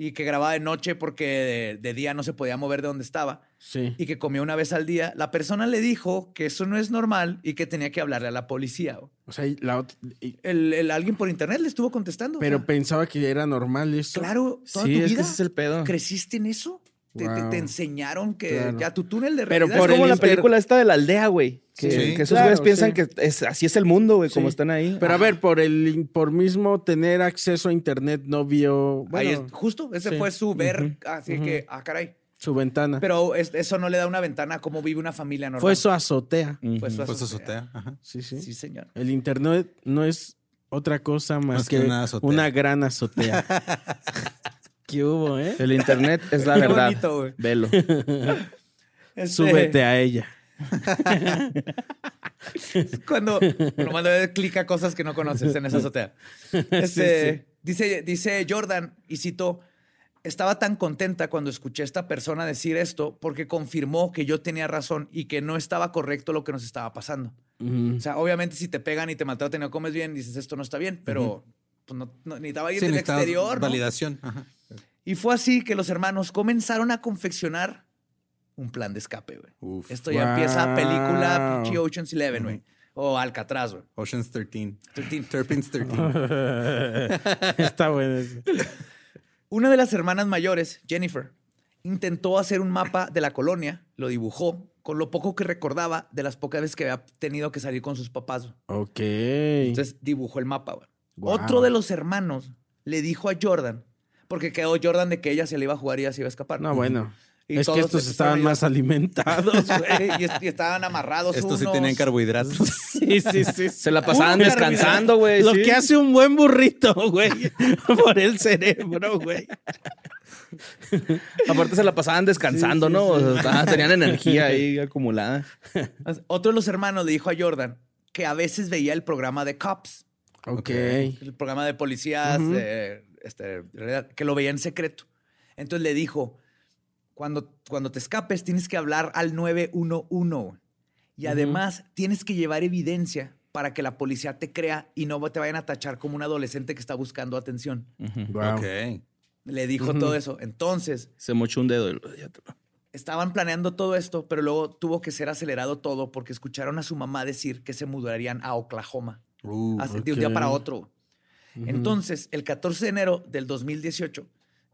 y que grababa de noche porque de, de día no se podía mover de donde estaba Sí. y que comía una vez al día, la persona le dijo que eso no es normal y que tenía que hablarle a la policía. O sea, y la ot- y- El, el- alguien por internet le estuvo contestando. o pero sea, pensaba que era normal eso. claro, toda Sí, tu es que vida ese es el pedo. creciste en eso. Te, te- Wow. te enseñaron que Claro. ya tu túnel de Pero realidad Es por como el la inter- película esta de la aldea, güey. Que, Sí. que esos Claro, güeyes piensan sí. que es, así es el mundo, güey, como Sí. están ahí. Ah, Pero a ver, por el in- por mismo tener acceso a internet no vio Ahí bueno, es- justo, ese sí. fue su ver, Ujú, así ujú. que, ah, caray. su ventana. Pero es- eso no le da una ventana a cómo vive una familia normal. Fue su azotea. Ujú. Fue su Pues azotea. azotea. Ajá. Sí, sí. Sí, señor. El internet no es otra cosa más que una azotea. una gran azotea. ¿Qué hubo, eh? El internet *laughs* es la Qué verdad. bonito, güey. Velo. *laughs* Este, Súbete a ella. Cuando nomás le das clic a cosas que no conoces en esa *laughs* azotea. Este, Dice, dice Jordan, y citó, estaba tan contenta cuando escuché a esta persona decir esto porque confirmó que yo tenía razón y que no estaba correcto lo que nos estaba pasando. Ujú. O sea, obviamente si te pegan y te maltratan y no comes bien, dices, esto no está bien, pero pues, no, no, necesitaba irte Sí, al necesitabas exterior. ¿no? validación. Ajá. Y fue así que los hermanos comenzaron a confeccionar un plan de escape, güey. Uf. Esto ya empieza Wow. película pinche Ocean's Eleven, güey. O Alcatraz, güey. Ocean's 13. 13. Turpin's 13. *laughs* Está bueno. eso. Una de las hermanas mayores, Jennifer, intentó hacer un mapa de la colonia, lo dibujó, con lo poco que recordaba de las pocas veces que había tenido que salir con sus papás. güey. Ok. Entonces dibujó el mapa, güey. Wow. Otro de los hermanos le dijo a Jordan, porque quedó Jordan de que ella se le iba a jugar y ella se iba a escapar. no, bueno. Y es que todos estos se estaban fueron *laughs* más alimentados. güey, y, est- y estaban amarrados Estos sí unos. tenían *laughs* carbohidratos. *laughs* Sí, sí, sí. Se la pasaban descansando, güey. Lo sí. que hace un buen burrito, *laughs* güey. Por el cerebro, güey. Aparte se la pasaban descansando, Sí, sí, ¿no? O sí. sea, estaban- tenían energía *laughs* ahí acumulada. Otro de los hermanos le dijo a Jordan que a veces veía el programa de Cops, Ok. el programa de policías, Ujú. eh, este, en realidad, que lo veía en secreto. Entonces le dijo, Cuando, cuando te escapes, tienes que hablar al 911. Y Ujú. además, tienes que llevar evidencia para que la policía te crea y no te vayan a tachar como un adolescente que está buscando atención. Wow. Ok. Le dijo todo eso. Entonces, Se mochó un dedo. y lo- ya te lo- estaban planeando todo esto, pero luego tuvo que ser acelerado todo porque escucharon a su mamá decir que se mudarían a Oklahoma. Uh, Así de un día ok. para otro. Entonces, el 14 de enero del 2018,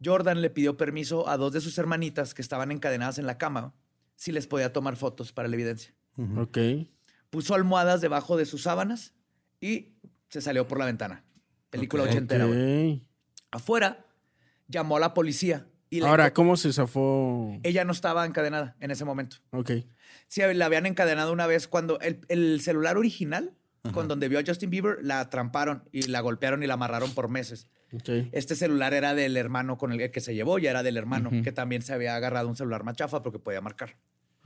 Jordan le pidió permiso a dos de sus hermanitas que estaban encadenadas en la cama si les podía tomar fotos para la evidencia. Ok. Puso almohadas debajo de sus sábanas y se salió por la ventana. Película ochentera. güey. Ok. Afuera, llamó a la policía y la Ahora, ¿cómo se zafó? ella no estaba encadenada en ese momento. Ok. Sí, la habían encadenado una vez cuando el, el celular original, con donde vio a Justin Bieber, la tramparon y la golpearon y la amarraron por meses. Ok. Este celular era del hermano con el que se llevó, ya era del hermano, que también se había agarrado un celular machafa porque podía marcar.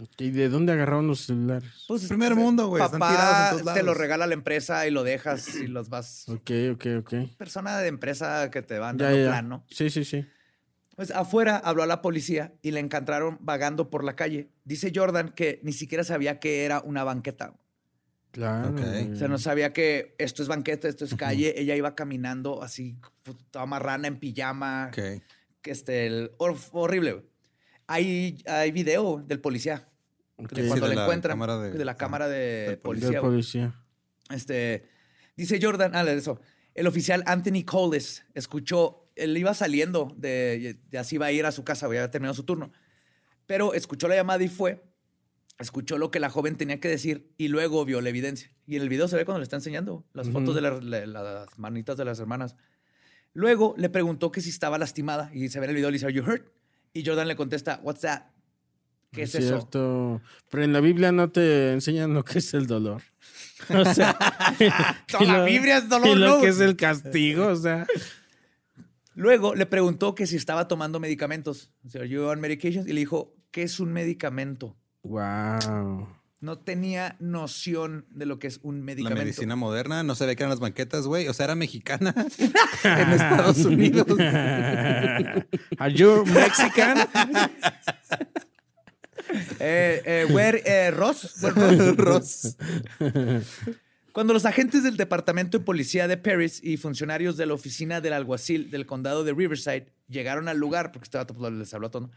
Ok, ¿Y de dónde agarraron los celulares? Pues, Primer mundo, güey, están tirados en Papá todos lados. te lo regala la empresa y lo dejas y los vas. Ok, ok, ok. Persona de empresa que te van Ya, dando ya, ya. plan, ¿no? Sí, sí, sí. Pues afuera habló a la policía y la encontraron vagando por la calle. Dice Jordan que ni siquiera sabía que era una banqueta. Claro. Ok. güey. O sea, Mm. no sabía que esto es banqueta, esto es calle. Ella iba caminando así, puta, toda marrana, en pijama. Ok. Que este, el- hor- horrible. güey. Hay, hay video del policía. Ok. De cuando Sí, de la la encuentran. cámara de, de- la cámara de del Del policía. güey. policía. Este, dice Jordan, ah, eso. El oficial Anthony Coles escuchó, él iba saliendo de, de así iba a ir a su casa, güey, había terminado su turno. Pero escuchó la llamada y fue, escuchó lo que la joven tenía que decir y luego vio la evidencia. Y en el video se ve cuando le está enseñando las fotos de las- la- las manitas de las hermanas. Luego le preguntó que si estaba lastimada y se ve en el video, le dice, ¿Are you hurt? Y Jordan le contesta, What's that? ¿Qué es, eso? cierto. Pero en la Biblia no te enseñan lo que es el dolor. O sea, *laughs* Toda la Biblia es dolor, y lo ¿no? que es el castigo, o sea. Luego le preguntó que si estaba tomando medicamentos. O sea, "Are you on medications? Y le dijo, ¿qué es un medicamento? *laughs* Wow. No tenía noción de lo que es un La medicamento. medicina moderna, no sabía que eran las banquetas, güey. O sea, era *laughs* mexicana en Estados Unidos. Are you *laughs* Mexican? Eh, eh, where, eh, Ross? *laughs* Where Ross? Cuando los agentes del Departamento de Policía de Paris y funcionarios de la oficina del alguacil del condado de Riverside llegaron al lugar, porque este estaba les habló a tono,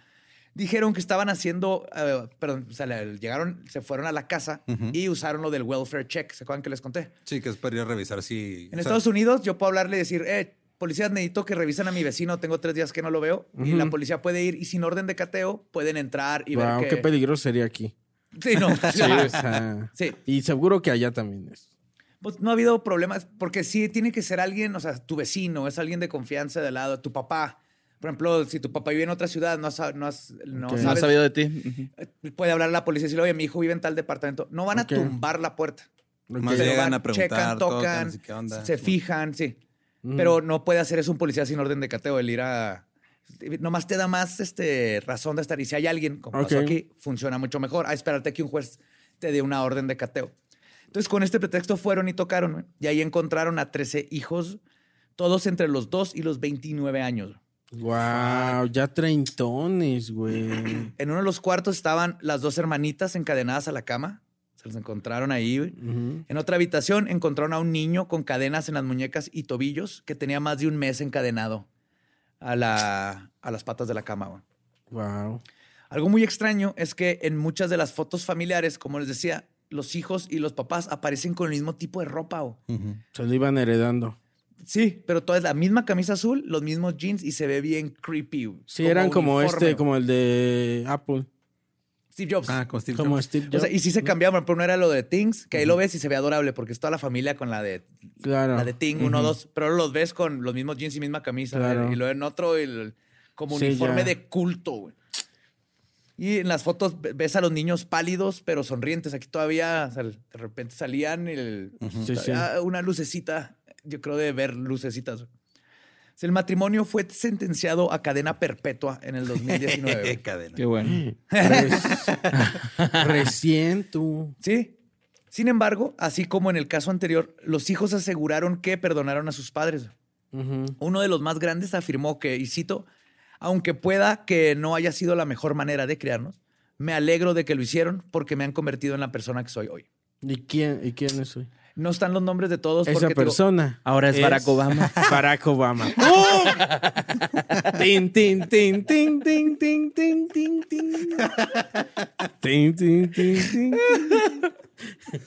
dijeron que estaban haciendo, eh, perdón, o sea, le- llegaron, se fueron a la casa y usaron lo del welfare check. ¿Se acuerdan que les conté? Sí, que es para ir a revisar si. En o sea, Estados Unidos yo puedo hablarle y decir, eh, policías, necesito que revisen a mi vecino, tengo tres días que no lo veo. Y la policía puede ir y sin orden de cateo pueden entrar y wow, ver qué que... peligroso sería aquí. *laughs* Sí, no. *laughs* Sí, o sea, Sí. Y seguro que allá también es. Pues, no ha habido problemas, porque sí tiene que ser alguien, o sea, tu vecino, es alguien de confianza de lado, tu papá. Por ejemplo, si tu papá vive en otra ciudad, no, sa- no, has- no Ok. sabes, No ha sabido de ti. eh, puede hablar a la policía y decirle, oye, mi hijo vive en tal departamento. No van Ok. a tumbar la puerta. Ok. Más Pero llegan van, a preguntar, checan, tocan, tocan, sí, ¿qué onda? se fijan, sí. Pero no puede hacer eso un policía sin orden de cateo, el ir a... Nomás te da más este, razón de estar. Y si hay alguien, como pasó Ok. aquí, funciona mucho mejor. A esperarte que un juez te dé una orden de cateo. Entonces, con este pretexto fueron y tocaron. güey. Y ahí encontraron a 13 hijos, todos entre los 2 y los 29 años. Wow, ya treintones, güey. En uno de los cuartos estaban las dos hermanitas encadenadas a la cama. Se los encontraron ahí. güey. Ujú. En otra habitación encontraron a un niño con cadenas en las muñecas y tobillos que tenía más de un mes encadenado a, la, a las patas de la cama. güey. Wow. Algo muy extraño es que en muchas de las fotos familiares, como les decía, los hijos y los papás aparecen con el mismo tipo de ropa. güey. Ujú. Se lo iban heredando. Sí, pero toda es la misma camisa azul, los mismos jeans y se ve bien creepy. güey. Sí, eran como uniforme, este, güey. como el de Apple. Steve Jobs. Ah, con Steve Como Jobs. Steve O sea, Jobs. y sí se cambiaban, pero no era lo de Things, que ahí lo ves y se ve adorable porque es toda la familia con la de Claro. La de Ting, uno, dos. Pero ahora los ves con los mismos jeans y misma camisa. Claro. Y luego en otro, el, como Sí, uniforme ya. de culto, güey. Y en las fotos ve- ves a los niños pálidos, pero sonrientes. Aquí todavía o sea, de repente salían el- Sí, sí. todavía una lucecita. Yo creo de ver lucecitas. güey. O sea, El matrimonio fue sentenciado a cadena perpetua en el *laughs* *laughs* 2019. güey. Cadena. Qué bueno. Res- Recién tú. Sí. Sin embargo, así como en el caso anterior, los hijos aseguraron que perdonaron a sus padres. Ujú. Uno de los más grandes afirmó que, y cito, Aunque pueda que no haya sido la mejor manera de criarnos, me alegro de que lo hicieron porque me han convertido en la persona que soy hoy. ¿Y quién, y quién es hoy? No están los nombres de todos Esa Pues porque te digo, persona. Ahora es, Barack Obama. Barack *laughs* Obama. ¡Uh! tin, tin, tin, tin, tin, tin, tin, tin, tin. Tin, tin, tin, tin. *laughs*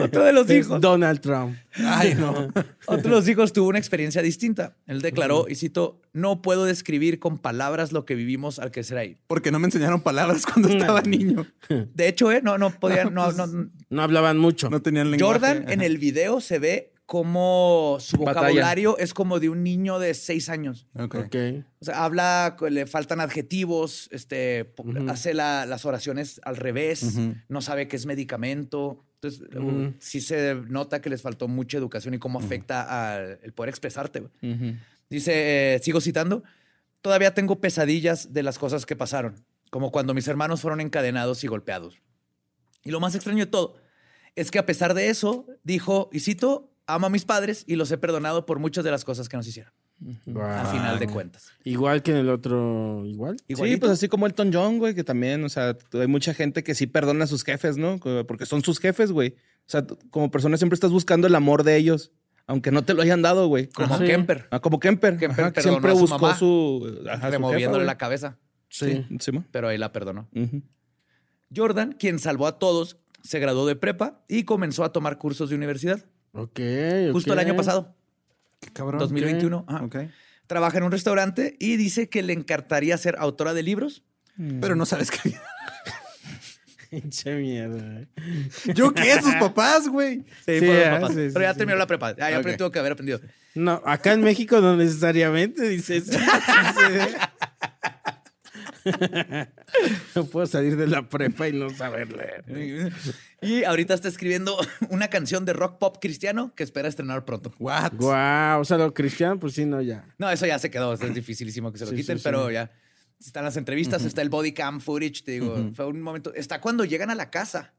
otro de los Es hijos. Donald Trump. Ay, no. Otro de los hijos tuvo una experiencia distinta. Él declaró, y cito, no puedo describir con palabras lo que vivimos al crecer ahí. Porque no me enseñaron palabras *laughs* cuando estaba niño. De hecho, ¿eh? no, no podían, no, no- No hablaban mucho. No tenían lenguaje. Jordan en el video se ve como su Batalla. vocabulario es como de un niño de seis años. Ok. Ok. O sea, habla, le faltan adjetivos, este, po- hace la- las oraciones al revés, Ujú. no sabe qué es medicamento. Entonces, uh, Ujú. sí se nota que les faltó mucha educación y cómo afecta al el poder expresarte. güey. Ujú. Dice, eh, sigo citando, todavía tengo pesadillas de las cosas que pasaron, como cuando mis hermanos fueron encadenados y golpeados. Y lo más extraño de todo es que a pesar de eso, dijo, y cito, amo a mis padres y los he perdonado por muchas de las cosas que nos hicieron, al Guau. final de cuentas. Igual que en el otro. Igual. Sí, Igualito. pues así como Elton John, güey, que también, o sea, hay mucha gente que sí perdona a sus jefes, ¿no? Porque son sus jefes, güey. O sea, tú, como persona siempre estás buscando el amor de ellos, aunque no te lo hayan dado, güey. como Sí. Kemper, Ah, como Kemper, Kemper ajá, que perdonó siempre a su buscó mamá, su. Ah, ajá, su removiéndole la jefa, cabeza, güey. Sí, sí, ma. pero ahí la perdonó. Ujú. Jordan, quien salvó a todos, se graduó de prepa y comenzó a tomar cursos de universidad, Ok. justo el ok. año pasado, Qué cabrón. 2021. Ajá. Ok. trabaja en un restaurante y dice que le encantaría ser autora de libros. Pero no *laughs* sabes qué. *laughs* Pinche mierda. eh. güey. ¿Yo qué? Sus papás, güey. Sí, Sí, por los ah, papás. sí, sí, Pero ya sí. terminó la prepa. Ah, ya Ok. tuvo que haber aprendido. No, acá en México no *laughs* necesariamente dices. no puedo salir de la prepa y no saber leer. *laughs* Y ahorita está escribiendo *laughs* una canción de rock pop cristiano que espera estrenar pronto. What? Guau, o sea, lo cristiano, pues sí, no, ya. No, eso ya se quedó. eso Es dificilísimo que se lo Sí, quiten, sí, sí. pero ya están las entrevistas, está el body cam footage. Te digo, fue un momento. Está cuando llegan a la casa.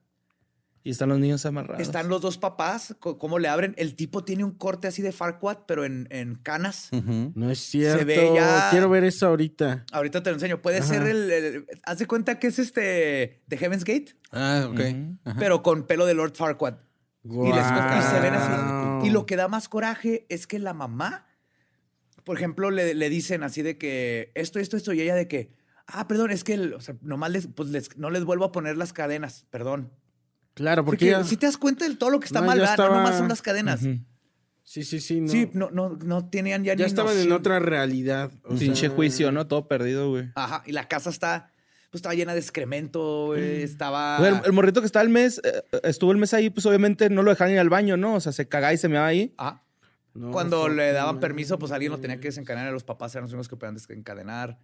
Y están los niños amarrados. Están los dos papás, co- cómo le abren. El tipo tiene un corte así de Farquad, pero en, en canas. Ujú. No es cierto. ve ya- Quiero ver eso ahorita. Ahorita te lo enseño. Puede Ajá. ser el, el- Haz de cuenta que es este. De Heaven's Gate, Ah, ok. Ajá. pero con pelo de Lord Farquad. Y, les- y se ven Guau. así. Y lo que da más coraje es que la mamá, por ejemplo, le, le dicen así de que esto, esto, esto, y ella de que, ah, perdón, es que el- o sea, nomás les, pues les- no les vuelvo a poner las cadenas, perdón. Claro, porque. Porque ya- si te das cuenta de todo lo que está No, mal, ya ¿verdad? estaba- no nomás son las cadenas. Ujú. Sí, sí, sí. No. Sí, no, no, no tenían ya, ni ya estaban en noción. otra realidad. o Pinche sea, juicio, ¿no? Todo perdido, güey. Ajá, y la casa está, pues estaba llena de excremento, Mm. güey, estaba... Güey, El, el morrito que está el mes, eh, eh, estuvo el mes ahí, pues obviamente no lo dejaban ir al baño, ¿no? O sea, se cagaba y se meaba ahí. Ajá. no, Cuando fue- le daban permiso, pues alguien lo tenía que desencadenar. a Los papás eran los únicos que podían desencadenar.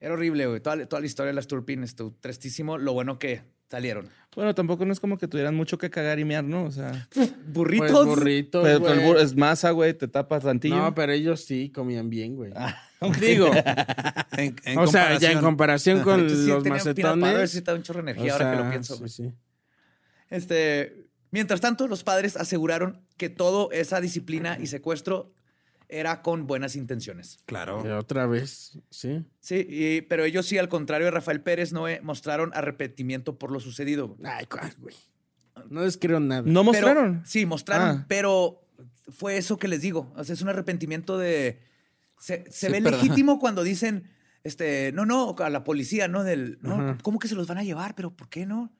Era horrible, güey. Toda, toda la historia de las Turpin estuvo tristísimo. Lo bueno que salieron. Bueno, tampoco no es como que tuvieran mucho que cagar y mear, ¿no? O sea, Burritos. Pues, *laughs* burritos. pero el güey. bur- es masa, güey, te tapas tantillo. No, pero ellos sí comían bien, güey. Ah, Digo, En- en o sea, ya en comparación- comparación con Entonces, sí, los tenía peanut butter, macetones. sí, estaba un chorro de o energía ahora que lo sea, pienso. güey. sí, sí. Este, mientras tanto, los padres aseguraron que toda esa disciplina y secuestro era con buenas intenciones. Claro. Pero otra vez, sí. Sí, y- pero ellos sí, al contrario de Rafael Pérez Noé, mostraron arrepentimiento por lo sucedido. güey. Ay, cuál, güey. No les creo nada. no Pero- mostraron. sí, mostraron, Ah. pero fue eso que les digo. O sea, es un arrepentimiento de. Se, se Sí, ve perdón. legítimo cuando dicen, este, no, no, a la policía, ¿no? Del, no, Ajá. ¿cómo que se los van a llevar? ¿Pero por qué no?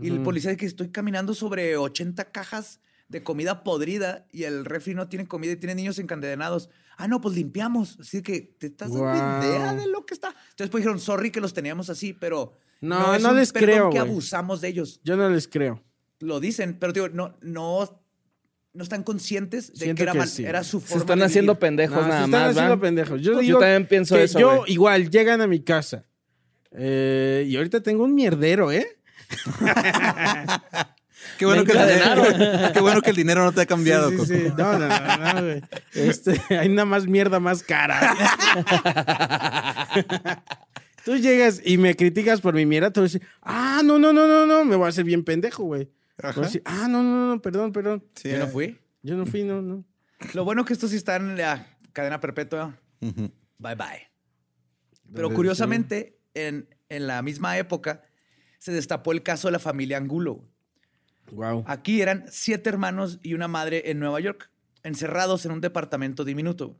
Y el Ujú. policía de que estoy caminando sobre 80 cajas de comida podrida y el refri no tiene comida y tiene niños encadenados. Ah, no, pues limpiamos. Así que te estás dando Guau. idea de lo que está. Entonces pues dijeron, sorry que los teníamos así, pero No, es no un les perdón creo, que güey. abusamos de ellos Yo no les creo. lo dicen, pero digo, no, no, no están conscientes de Siento que era, que mal- sí. era su forma. Se están de haciendo vivir. pendejos No, se nada están más, haciendo ¿va? pendejos. Yo Yo, digo también pienso que eso, Yo güey. igual llegan a mi casa eh, y ahorita tengo un mierdero, ¿eh? Qué bueno, Me que el dinero, *laughs* qué bueno que el dinero no te ha cambiado. Sí, Coco. sí, sí. No, no, no, no, güey. Este, hay nada más mierda más cara. Tú llegas y me criticas por mi mierda, tú dices, ah, no, no, no, no, no, me voy a hacer bien pendejo, güey. Voy a Ajá. decir, ah, no, no, no, perdón, perdón. Sí, Yo no eh. fui. Yo no fui, no, no. Lo bueno que estos sí están en la cadena perpetua. Ujú. Bye bye. Pero curiosamente, en, en la misma época, se destapó el caso de la familia Angulo. Wow. Aquí eran siete hermanos y una madre en Nueva York, encerrados en un departamento diminuto.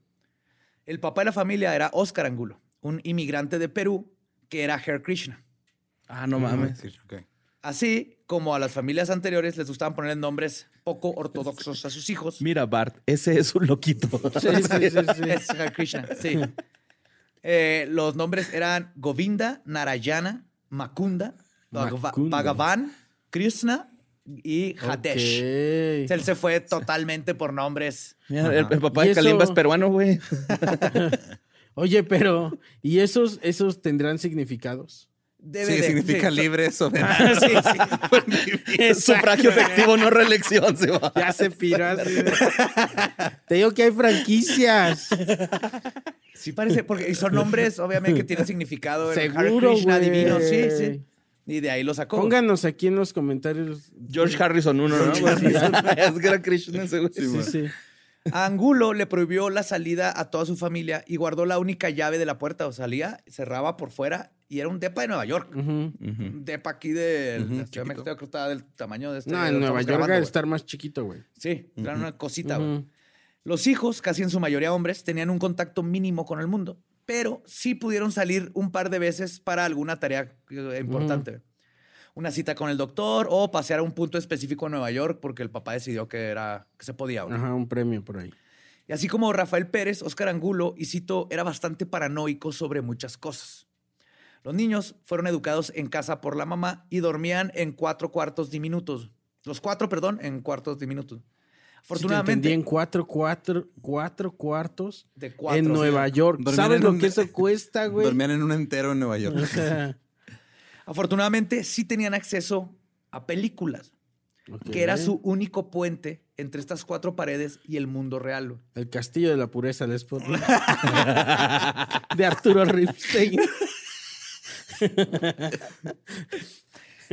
El papá de la familia era Óscar Angulo, un inmigrante de Perú que era Hare Krishna. Ah, no mames. Así como a las familias anteriores les gustaban poner nombres poco ortodoxos a sus hijos. Mira, Bart, ese es un loquito. *laughs* Es Hare Krishna, sí. Eh, los nombres eran Govinda, Narayana, Makunda, Bhagava- Makunda. Bhagavan, Krishna y Hadesh. O sea, Él se fue totalmente por nombres. Mira, el, el papá Y de eso- Kalimba es peruano, güey. Oye, pero, ¿y esos, esos tendrán significados? Debe Sí, de- significa sí, Ah, libre, soberano. *laughs* *laughs* sí, Es sufragio efectivo, no reelección, se va. Ya se piró así de- Te digo que hay franquicias. Sí parece, porque y son nombres, obviamente, que tienen significado. el Hare Seguro, Krishna güey. divino, sí, sí. Y de ahí lo sacó. Pónganos aquí en los comentarios. George Harrison uno, ¿no? *laughs* es que era Krishna ese, güey. Sí, sí. A Angulo le prohibió la salida a toda su familia y guardó la única llave de la puerta. O salía, cerraba por fuera y era un depa de Nueva York. Ujú. Un depa aquí de la Ciudad de México, creo que estaba del tamaño de este. No, donde en Nueva estamos York ha de grabando, estar más chiquito, güey. güey. Sí, era una cosita, güey. Ujú. Los hijos, casi en su mayoría hombres, tenían un contacto mínimo con el mundo, pero sí pudieron salir un par de veces para alguna tarea eh, importante. Una cita con el doctor o pasear a un punto específico en Nueva York porque el papá decidió que, era, que se podía. ¿no? Ajá, un premio por ahí. Y así como Rafael Pérez, Óscar Angulo y Cito era bastante paranoico sobre muchas cosas. Los niños fueron educados en casa por la mamá y dormían en cuatro cuartos diminutos. Los cuatro, perdón, en cuartos diminutos. Afortunadamente. Afortunadamente, en cuatro, cuatro, cuatro cuartos de cuatro. en Nueva York. Dormían ¿Sabes en lo un- que *laughs* eso cuesta, güey? Ah, Dormían en un entero en Nueva York. O sea, Afortunadamente, sí tenían acceso a películas, *laughs* ok. ¿eh? que era su único puente entre estas cuatro paredes y el mundo *laughs* real. El castillo de la pureza, Les *laughs* Pod- de Arturo Ripstein.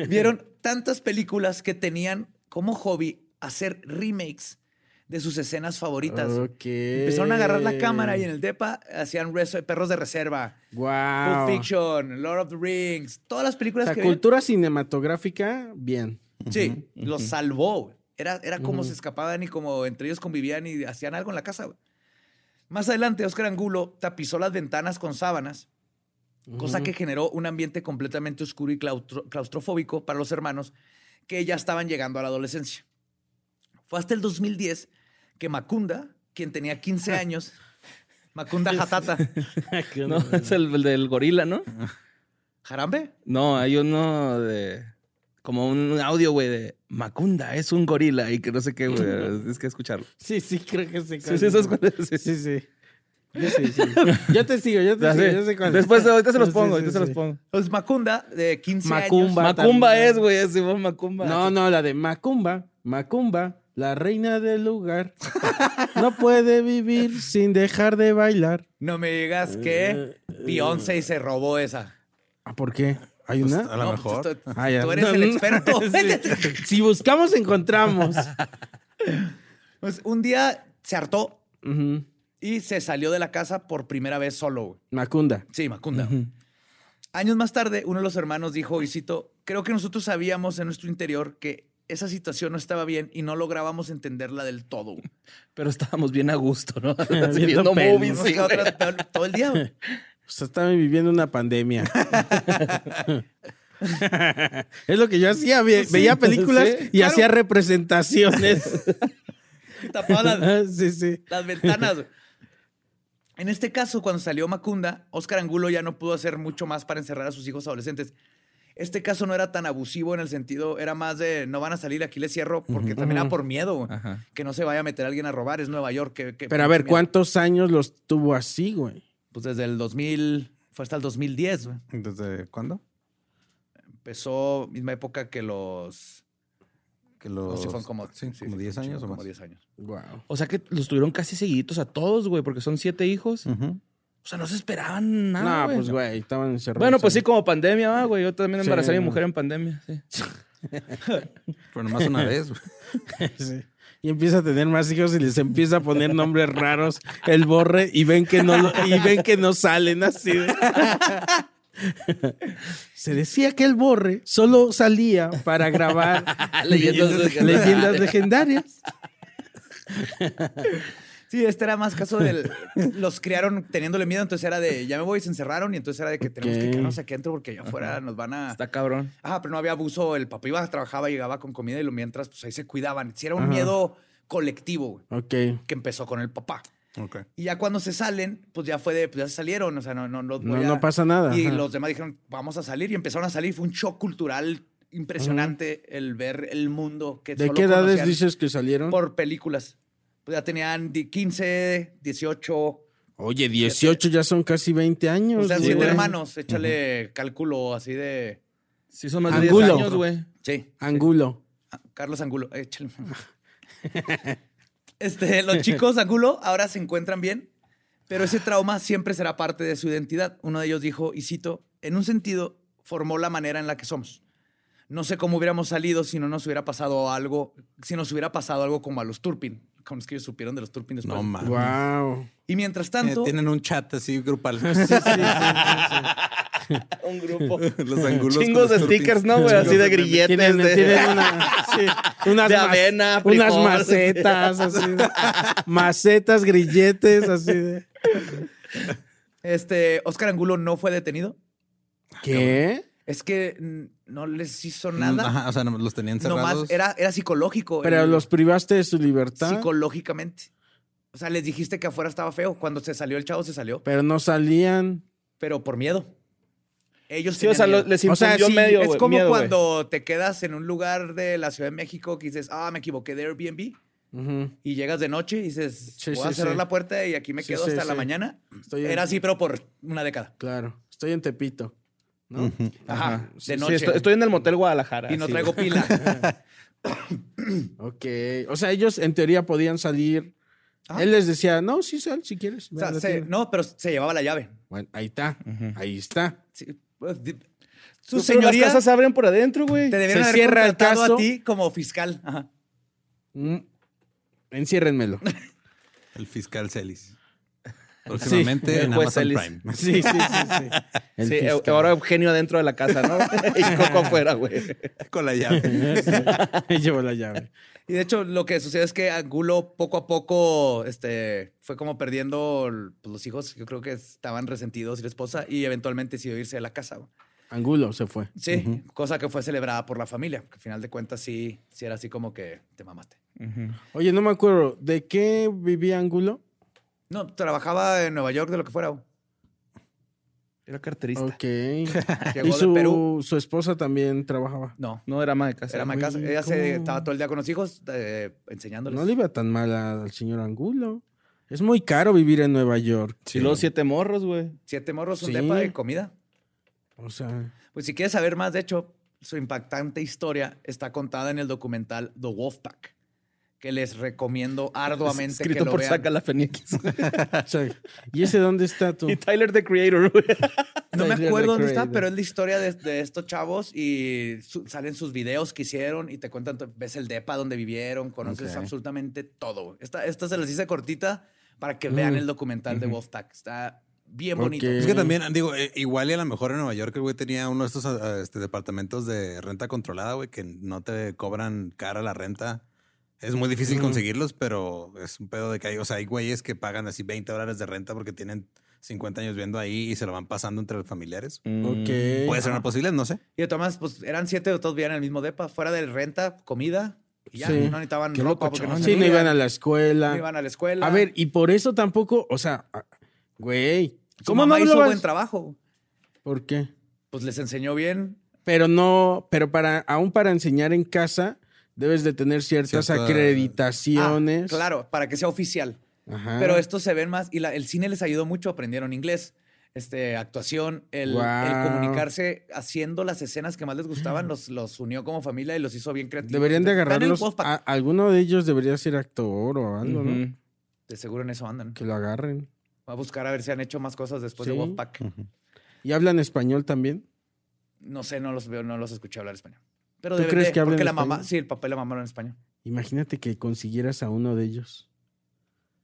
Vieron tantas películas que tenían como hobby hacer remakes de sus escenas favoritas. Ok. Empezaron a agarrar Eh. la cámara y en el DEPA hacían res- perros de reserva, Wow. Pulp Fiction, Lord of the Rings, todas las películas La que cultura cinematográfica, bien. veían. Sí, los salvó. güey. Era, era como se escapaban y como entre ellos convivían y hacían algo en la casa. güey. Más adelante, Oscar Angulo tapizó las ventanas con sábanas, cosa *laughs* que generó un ambiente completamente oscuro y claustro- claustrofóbico para los hermanos que ya estaban llegando a la adolescencia. Fue hasta el 2010 que Macunda, quien tenía 15 años, Macunda Hatata, *laughs* No, *laughs* es el, el del gorila, ¿no? ¿Jarambe? No, hay uno de. Como un audio, güey, de Macunda, es un gorila y que no sé qué, güey. *laughs* Tienes que escucharlo. Sí, sí, creo que se Sí, sí, ¿sabes cuál es? Sí, Sí, sí. Yo, sí, sí. *laughs* yo te sigo, yo te Ya sigo. sé. Yo sé cuál. Después, ahorita se los Sí, pongo, sí, ahorita se los sí. pongo. Pues Macunda, de 15 Macumba. años. Macumba también. es, güey, es Simón Macumba. No, no, la de Macumba. Macumba, la reina del lugar. No puede vivir sin dejar de bailar. No me digas Eh, que Beyoncé se robó esa. ¿Ah, ¿Por qué? ¿Hay Pues, una? a lo No, mejor. pues, tú- Ah, ya. tú eres el *laughs* experto. Sí. Si buscamos, encontramos. Pues un día se hartó Ujú. y se salió de la casa por primera vez solo. güey. Macunda. Sí, Macunda. Años más tarde, uno de los hermanos dijo, y cito, creo que nosotros sabíamos en nuestro interior que esa situación no estaba bien y no lográbamos entenderla del todo. güey". Pero estábamos bien a gusto, ¿no? Así Viendo viendo pelis. movies, Hemos sí, estado güey. tratando todo el día. güey. O sea, estaban viviendo una pandemia. *laughs* es lo que yo hacía. ve- veía películas sí, y hacía *laughs* representaciones. Tapaba *laughs* las- sí, sí. las ventanas. *laughs* güey. En este caso, cuando salió Macunda, Oscar Angulo ya no pudo hacer mucho más para encerrar a sus hijos adolescentes. Este caso no era tan abusivo en el sentido, era más de no van a salir, aquí les cierro, porque también era por miedo, güey. Ajá. que no se vaya a meter alguien a robar, es Nueva York. Que, que- Ah. Pero a ver, miedo. ¿cuántos años los tuvo así, güey? Pues desde el 2000, fue hasta el 2010, güey. ¿Desde cuándo? empezó misma época que los... Que los, no sé, fueron como... sí, sí, como sí, 10 como años o como más. 10 años. Wow. O sea que los tuvieron casi seguiditos a todos, güey, porque son siete hijos. Ujú. O sea, no se esperaban nada. no, güey. pues, güey, estaban encerrados. Bueno, pues sí, como pandemia, va, güey. Yo también Sí, embaracé a mi no. mujer en pandemia. Sí. Pero nomás una vez. güey. *laughs* Sí. y empieza a tener más hijos y les empieza a poner nombres raros, el borre, y ven que no, lo- y ven que no salen así. de- *laughs* Se decía que el borre solo salía para grabar *laughs* Leyendas legendarias. leyendas legendarias. Sí, este era más caso *laughs* del. los criaron teniéndole miedo, entonces era de ya me voy, se encerraron y entonces era de que tenemos que Ok. quedarnos aquí adentro porque allá afuera nos van a. Está cabrón. Ah, pero no había abuso. El papá iba, trabajaba, llegaba con comida y lo mientras, pues ahí se cuidaban. Sí, era un Ajá. miedo colectivo güey, Ok. que empezó con el papá. Ok. Y ya cuando se salen, pues ya fue de, pues ya se salieron, o sea, no, no, los voy No, a- no pasa nada. Y Ajá. los demás dijeron, vamos a salir y empezaron a salir. Fue un shock cultural impresionante el ver el mundo que ¿De solo qué edades conocían dices que salieron? Por películas. Pues ya tenían di- 15, 18, Oye, 18 ya son casi 20 Pues años. o sea, güey. siete hermanos. Échale cálculo así de... Sí, son más de 10 Angulo. años, *laughs* güey. Sí, Angulo. Ah, Carlos Angulo, échale. *laughs* este, los chicos Angulo ahora se encuentran bien, pero ese trauma siempre será parte de su identidad. Uno de ellos dijo, y cito, en un sentido, formó la manera en la que somos. No sé cómo hubiéramos salido si no nos hubiera pasado algo, si nos hubiera pasado algo como a los Turpin, como los que ellos supieron de los Turpin después. No mames. Wow. y mientras Eh, tanto, Tienen un chat así *laughs* grupal. Un grupo. los *laughs* ángulos. con Chingos los de turpins. stickers, ¿no, güey? Así de grilletes. Tienen, de- tienen *laughs* una- sí, unas, de mas- avena, unas frijol. *laughs* macetas, así *laughs* de- macetas, grilletes, así de. este, Oscar Angulo no fue detenido. ¿Qué? Es que mm, no les hizo Mm, nada. Ajá, o sea, los tenían cerrados. Nomás era, era psicológico. Pero el- los privaste de su libertad. psicológicamente. O sea, les dijiste que afuera estaba feo. Cuando se salió el chavo, se salió, Pero no salían. pero por miedo. Ellos Sí, o sea, tenían lo- miedo. les O sea, infundió sí, medio, Es güey, como miedo, güey. cuando te quedas en un lugar de la Ciudad de México que dices, ah, me equivoqué de Airbnb. Ujú. Y llegas de noche y dices, Sí, voy a sí, cerrar sí. la puerta y aquí me Sí, quedo sí, hasta la sí. mañana. Estoy en- Era así, pero por una década. Claro. Estoy en Tepito. ¿no? Ajá, Ajá. de Sí, sí, noche. estoy, estoy en el motel Guadalajara. Y no sí, traigo güey. pila. Ok. O sea, ellos en teoría podían salir. Ajá. Él les decía, no, sí, sal si quieres. Ah. O Ve sea, a la se- tienda". no, pero se llevaba la llave. Bueno, ahí está. Ahí está. Sí, pues, di- Tú, Su pero señoría Las casas se abren por adentro, te güey. debieron se haber cierra el contratado caso. a ti como fiscal. Ajá. Mm. *laughs* Enciérrenmelo. El fiscal Celis. Próximamente el en juez Amazon Celis. Prime. Sí, sí, sí. sí. *laughs* El Sí, e- fiscal. ahora Eugenio adentro de la casa, *laughs* ¿no? *laughs* y Coco afuera, güey. Con la llave. *laughs* Llevo la llave. Y de hecho, lo que sucede es que Angulo poco a poco este, fue como perdiendo pues, los hijos. Yo creo que estaban resentidos y la esposa, y eventualmente decidió irse de la casa. güey. Angulo se fue. Sí, cosa que fue celebrada por la familia. Que al final de cuentas, sí, sí era así como que te mamaste. Oye, no me acuerdo. ¿De qué vivía Angulo? No, trabajaba en Nueva York, de lo que fuera. *laughs* güey. Era carterista. *laughs* Ok. Llegó ¿Y de Perú. su, su esposa también trabajaba? No, No era más de casa. era güey. mi casa. Ella ¿cómo? se, estaba todo el día con los hijos eh, enseñándoles. No le iba tan mal al señor Angulo. Es muy caro vivir en Nueva York. Y luego siete morros, güey. Siete morros, un Sí. depa de comida. O sea, Pues si quieres saber más, de hecho, su impactante historia está contada en el documental The Wolfpack, que les recomiendo arduamente Escrito que lo por vean. Saca la *laughs* Fenix. o sea, ¿y ese dónde está *laughs* tú? y Tyler the Creator, güey. No me Tyler, the acuerdo dónde está, Creator. pero es la historia de, de estos chavos y su- salen sus videos que hicieron y te cuentan, to- ves el depa donde vivieron, conoces Ok. absolutamente todo. Esta, esta se les hice cortita para que vean el documental de Wolfpack. Está bien bonito. Mm, Ok. Es que también, digo, eh, igual y a lo mejor en Nueva York el güey tenía uno de estos ah, este, departamentos de renta controlada, güey, que no te cobran cara la renta. Es muy difícil conseguirlos, pero es un pedo de que hay, o sea, hay güeyes que pagan así 20 dólares de renta porque tienen 50 años viendo ahí y se lo van pasando entre los familiares. Mm. Ok. Pues, Puede ser una posibilidad, no sé. Y Tomás, pues eran siete, todos vivían en el mismo depa, fuera de renta, comida y ya. Sí. No necesitaban ropa porque no, se sí, no movían, iban a la escuela. no iban a la escuela. A ver, y por eso tampoco, o sea, ah, güey. ¿Cómo mamá no hizo hablabas? buen trabajo? ¿Por qué? Pues les enseñó bien. Pero no, pero para, aún para enseñar en casa, debes de tener ciertas Cierta- acreditaciones. Ah, claro, para que sea oficial. Ajá. Pero estos se ven más y la- el cine les ayudó mucho, aprendieron inglés, este, actuación, el, el Guau. comunicarse haciendo las escenas que más les gustaban, los, los unió como familia y los hizo bien creativos. Deberían de Están en el agarrarlos. Wolfpack. a- alguno de ellos debería ser actor o algo, ¿no? Ujú. De seguro en eso andan. Que lo agarren. Va a buscar a ver si han hecho más cosas después Sí. de Wolfpack. ¿Y hablan español también? No sé, no los veo, no los escuché hablar español. Pero ¿Tú deben crees de- que hablan porque la mamá, español? sí, el papel la mamá habla en español. Imagínate que consiguieras a uno de ellos.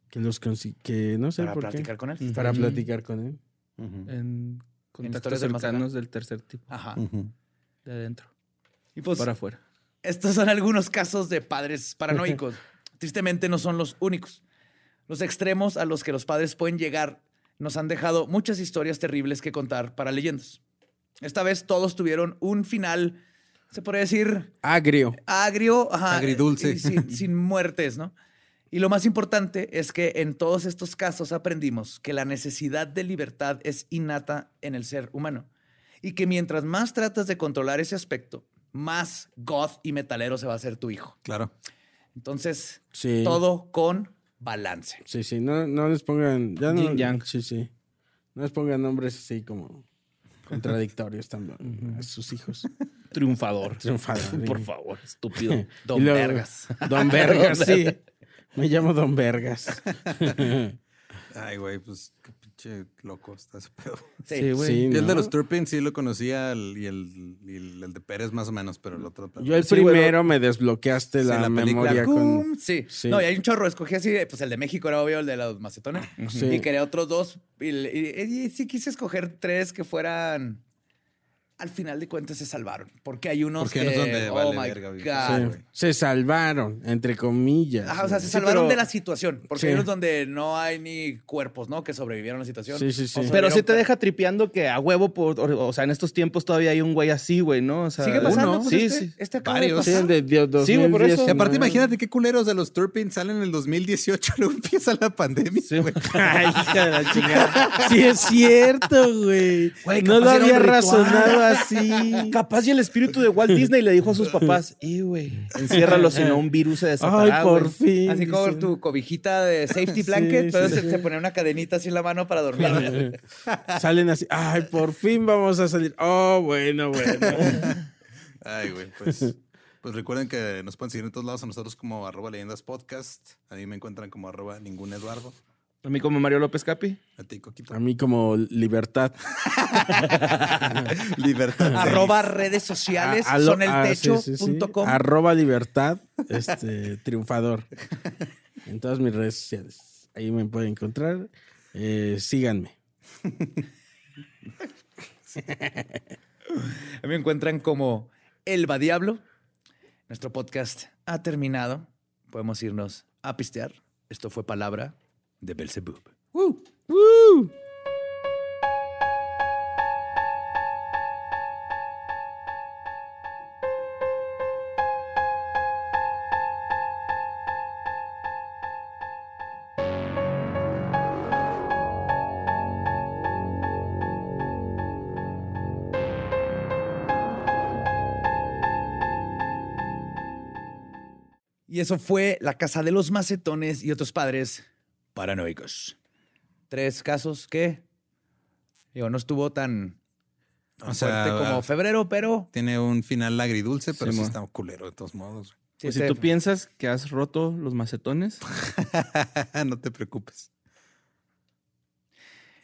Que los consi- que no sé para por platicar con él. qué. Para Ujú. platicar con él. En contactos historias del más acá. cercanos del tercer tipo. Ajá. Ujú. De adentro. Y pues, para afuera. Estos son algunos casos de padres *laughs* paranoicos. Tristemente no son los únicos. Los extremos a los que los padres pueden llegar nos han dejado muchas historias terribles que contar para leyendas. Esta vez todos tuvieron un final, se podría decir, Agrio. agrio, ajá, Agridulce. y sin, sin muertes, ¿no? Y lo más importante es que en todos estos casos aprendimos que la necesidad de libertad es innata en el ser humano y que mientras más tratas de controlar ese aspecto, más goth y metalero se va a hacer tu hijo. Claro. Entonces, Sí. todo con balance. Sí, sí. No, no les pongan. Ya no, Yin yang. Sí, sí. No les pongan nombres así como contradictorios también a sus hijos. Triunfador. *laughs* Triunfador. Por favor, estúpido. Don *laughs* Y luego- Vergas. Don Vergas, sí. Me llamo Don Vergas. Ay, güey, pues qué pinche loco está ese pedo. Sí. Sí, Yo el de ¿no? los Turpin sí lo conocía el- y, el, y el, el de Pérez más o menos, pero el otro. Yo el Sí, bueno. primero me desbloqueaste Sí, la, la película. memoria con... ¡Cum! Sí. Sí. No, y hay un chorro. Escogí así, pues el de México era obvio, el de los macetones. Sí. Y quería otros dos. Y, le- y- y sí quise escoger tres que fueran. Al final de cuentas se salvaron. Porque hay unos Porque que. hay unos donde oh vale my verga, güey. Sí. God. güey. Se salvaron, entre comillas. Ajá, Ah, o sea, se Sí, salvaron pero- de la situación. Porque Sí. hay unos donde no hay ni cuerpos, ¿no? Que sobrevivieron a la situación. Sí, sí, sí. O Pero sí te sobrevivieron- deja tripeando que a huevo, por- o, o sea, en estos tiempos todavía hay un güey así, güey, ¿no? O sea, Sigue pasando. uno. pues, sí, este, sí. Este acaba de Varios. pasar. Sí, el de Dios Sí, güey, por eso. Y aparte, imagínate qué culeros de los Turpin salen en el *laughs* 2018, luego empieza la pandemia. Sí, güey. Ay, hija de la chingada. Sí, es cierto, güey. No capaz lo era un había ritual. razonado así. Capaz y el espíritu de Walt Disney le dijo a sus *laughs* papás, y güey, enciérralo, si no un virus se Ay, desatará, por güey". fin. Así como dice. tu cobijita de safety *laughs* Sí, blanket, *laughs* sí, entonces se- sí. se pone una cadenita así en la mano para dormir. Salen así. Ay, por fin vamos a salir. Oh, bueno, bueno. Ay, güey, pues. Pues recuerden que nos pueden seguir en todos lados a nosotros como arroba leyendas podcast. A mí me encuentran como arroba ningún Eduardo. A mí como Mario López Capi. A ti, Coquito. A mí como libertad. Libertad. *laughs* Arroba redes sociales, A- a lo- son el ah, techo sí, sí, sí. punto com. Arroba libertad, este, *laughs* triunfador. En todas mis redes sociales. Ahí me pueden encontrar. Eh, síganme. A mí me encuentran como Elba Diablo. Nuestro podcast ha terminado. Podemos irnos a pistear. Esto fue Palabra de Belzebub. Y eso fue La Casa de los Macetones y otros padres paranoicos. Tres casos que, digo, no estuvo tan O fuerte como ah. sea, febrero, pero... tiene un final agridulce, pero sí, Simón. está culero de todos modos. sí Pues si se- tú piensas que has roto los macetones, *laughs* no te preocupes.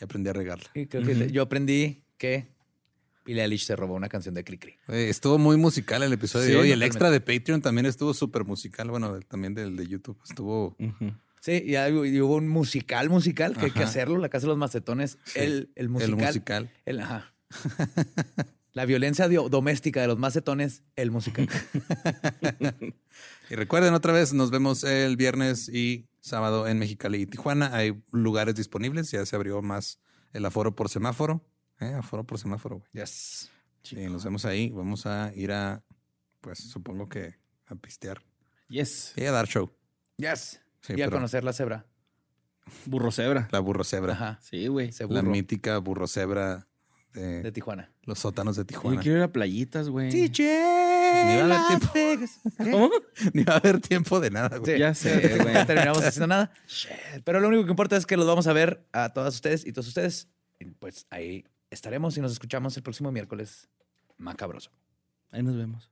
Y aprendí a regarla. Y creo que le- yo aprendí que Billie Eilish se robó una canción de Cricri. Güey, estuvo muy musical el episodio Sí, de hoy. El totalmente. extra de Patreon también estuvo súper musical. Bueno, del- también del de YouTube. Estuvo. Sí, y, algo- y hubo un musical, musical, que hay que Ajá. hacerlo, la Casa de los Macetones, el, el musical. El musical. el- ajá. *laughs* la violencia dio- doméstica de los macetones, el musical. Y recuerden otra vez, nos vemos el viernes y sábado en Mexicali y Tijuana. Hay lugares disponibles. Ya se abrió más el aforo por semáforo. ¿eh? Aforo por semáforo, güey. Yes. Y nos vemos ahí. Vamos a ir a, pues supongo que a pistear yes, y a dar show. Yes. Sí, y a pero conocer la cebra. burro cebra. la burro cebra. Ajá. Sí, güey. Ese La burro mítica burro cebra de, de Tijuana. los sótanos de Yo Tijuana. quiero ir a playitas, *laughs* güey. Ni va a haber tiempo. Ni va a haber tiempo de nada, güey. Sí, Ya *laughs* sé, sí, güey. No terminamos haciendo nada. Pero lo único que importa es que los vamos a ver a todas ustedes y todos ustedes. Y pues ahí estaremos y nos escuchamos el próximo miércoles. Macabroso. Ahí nos vemos.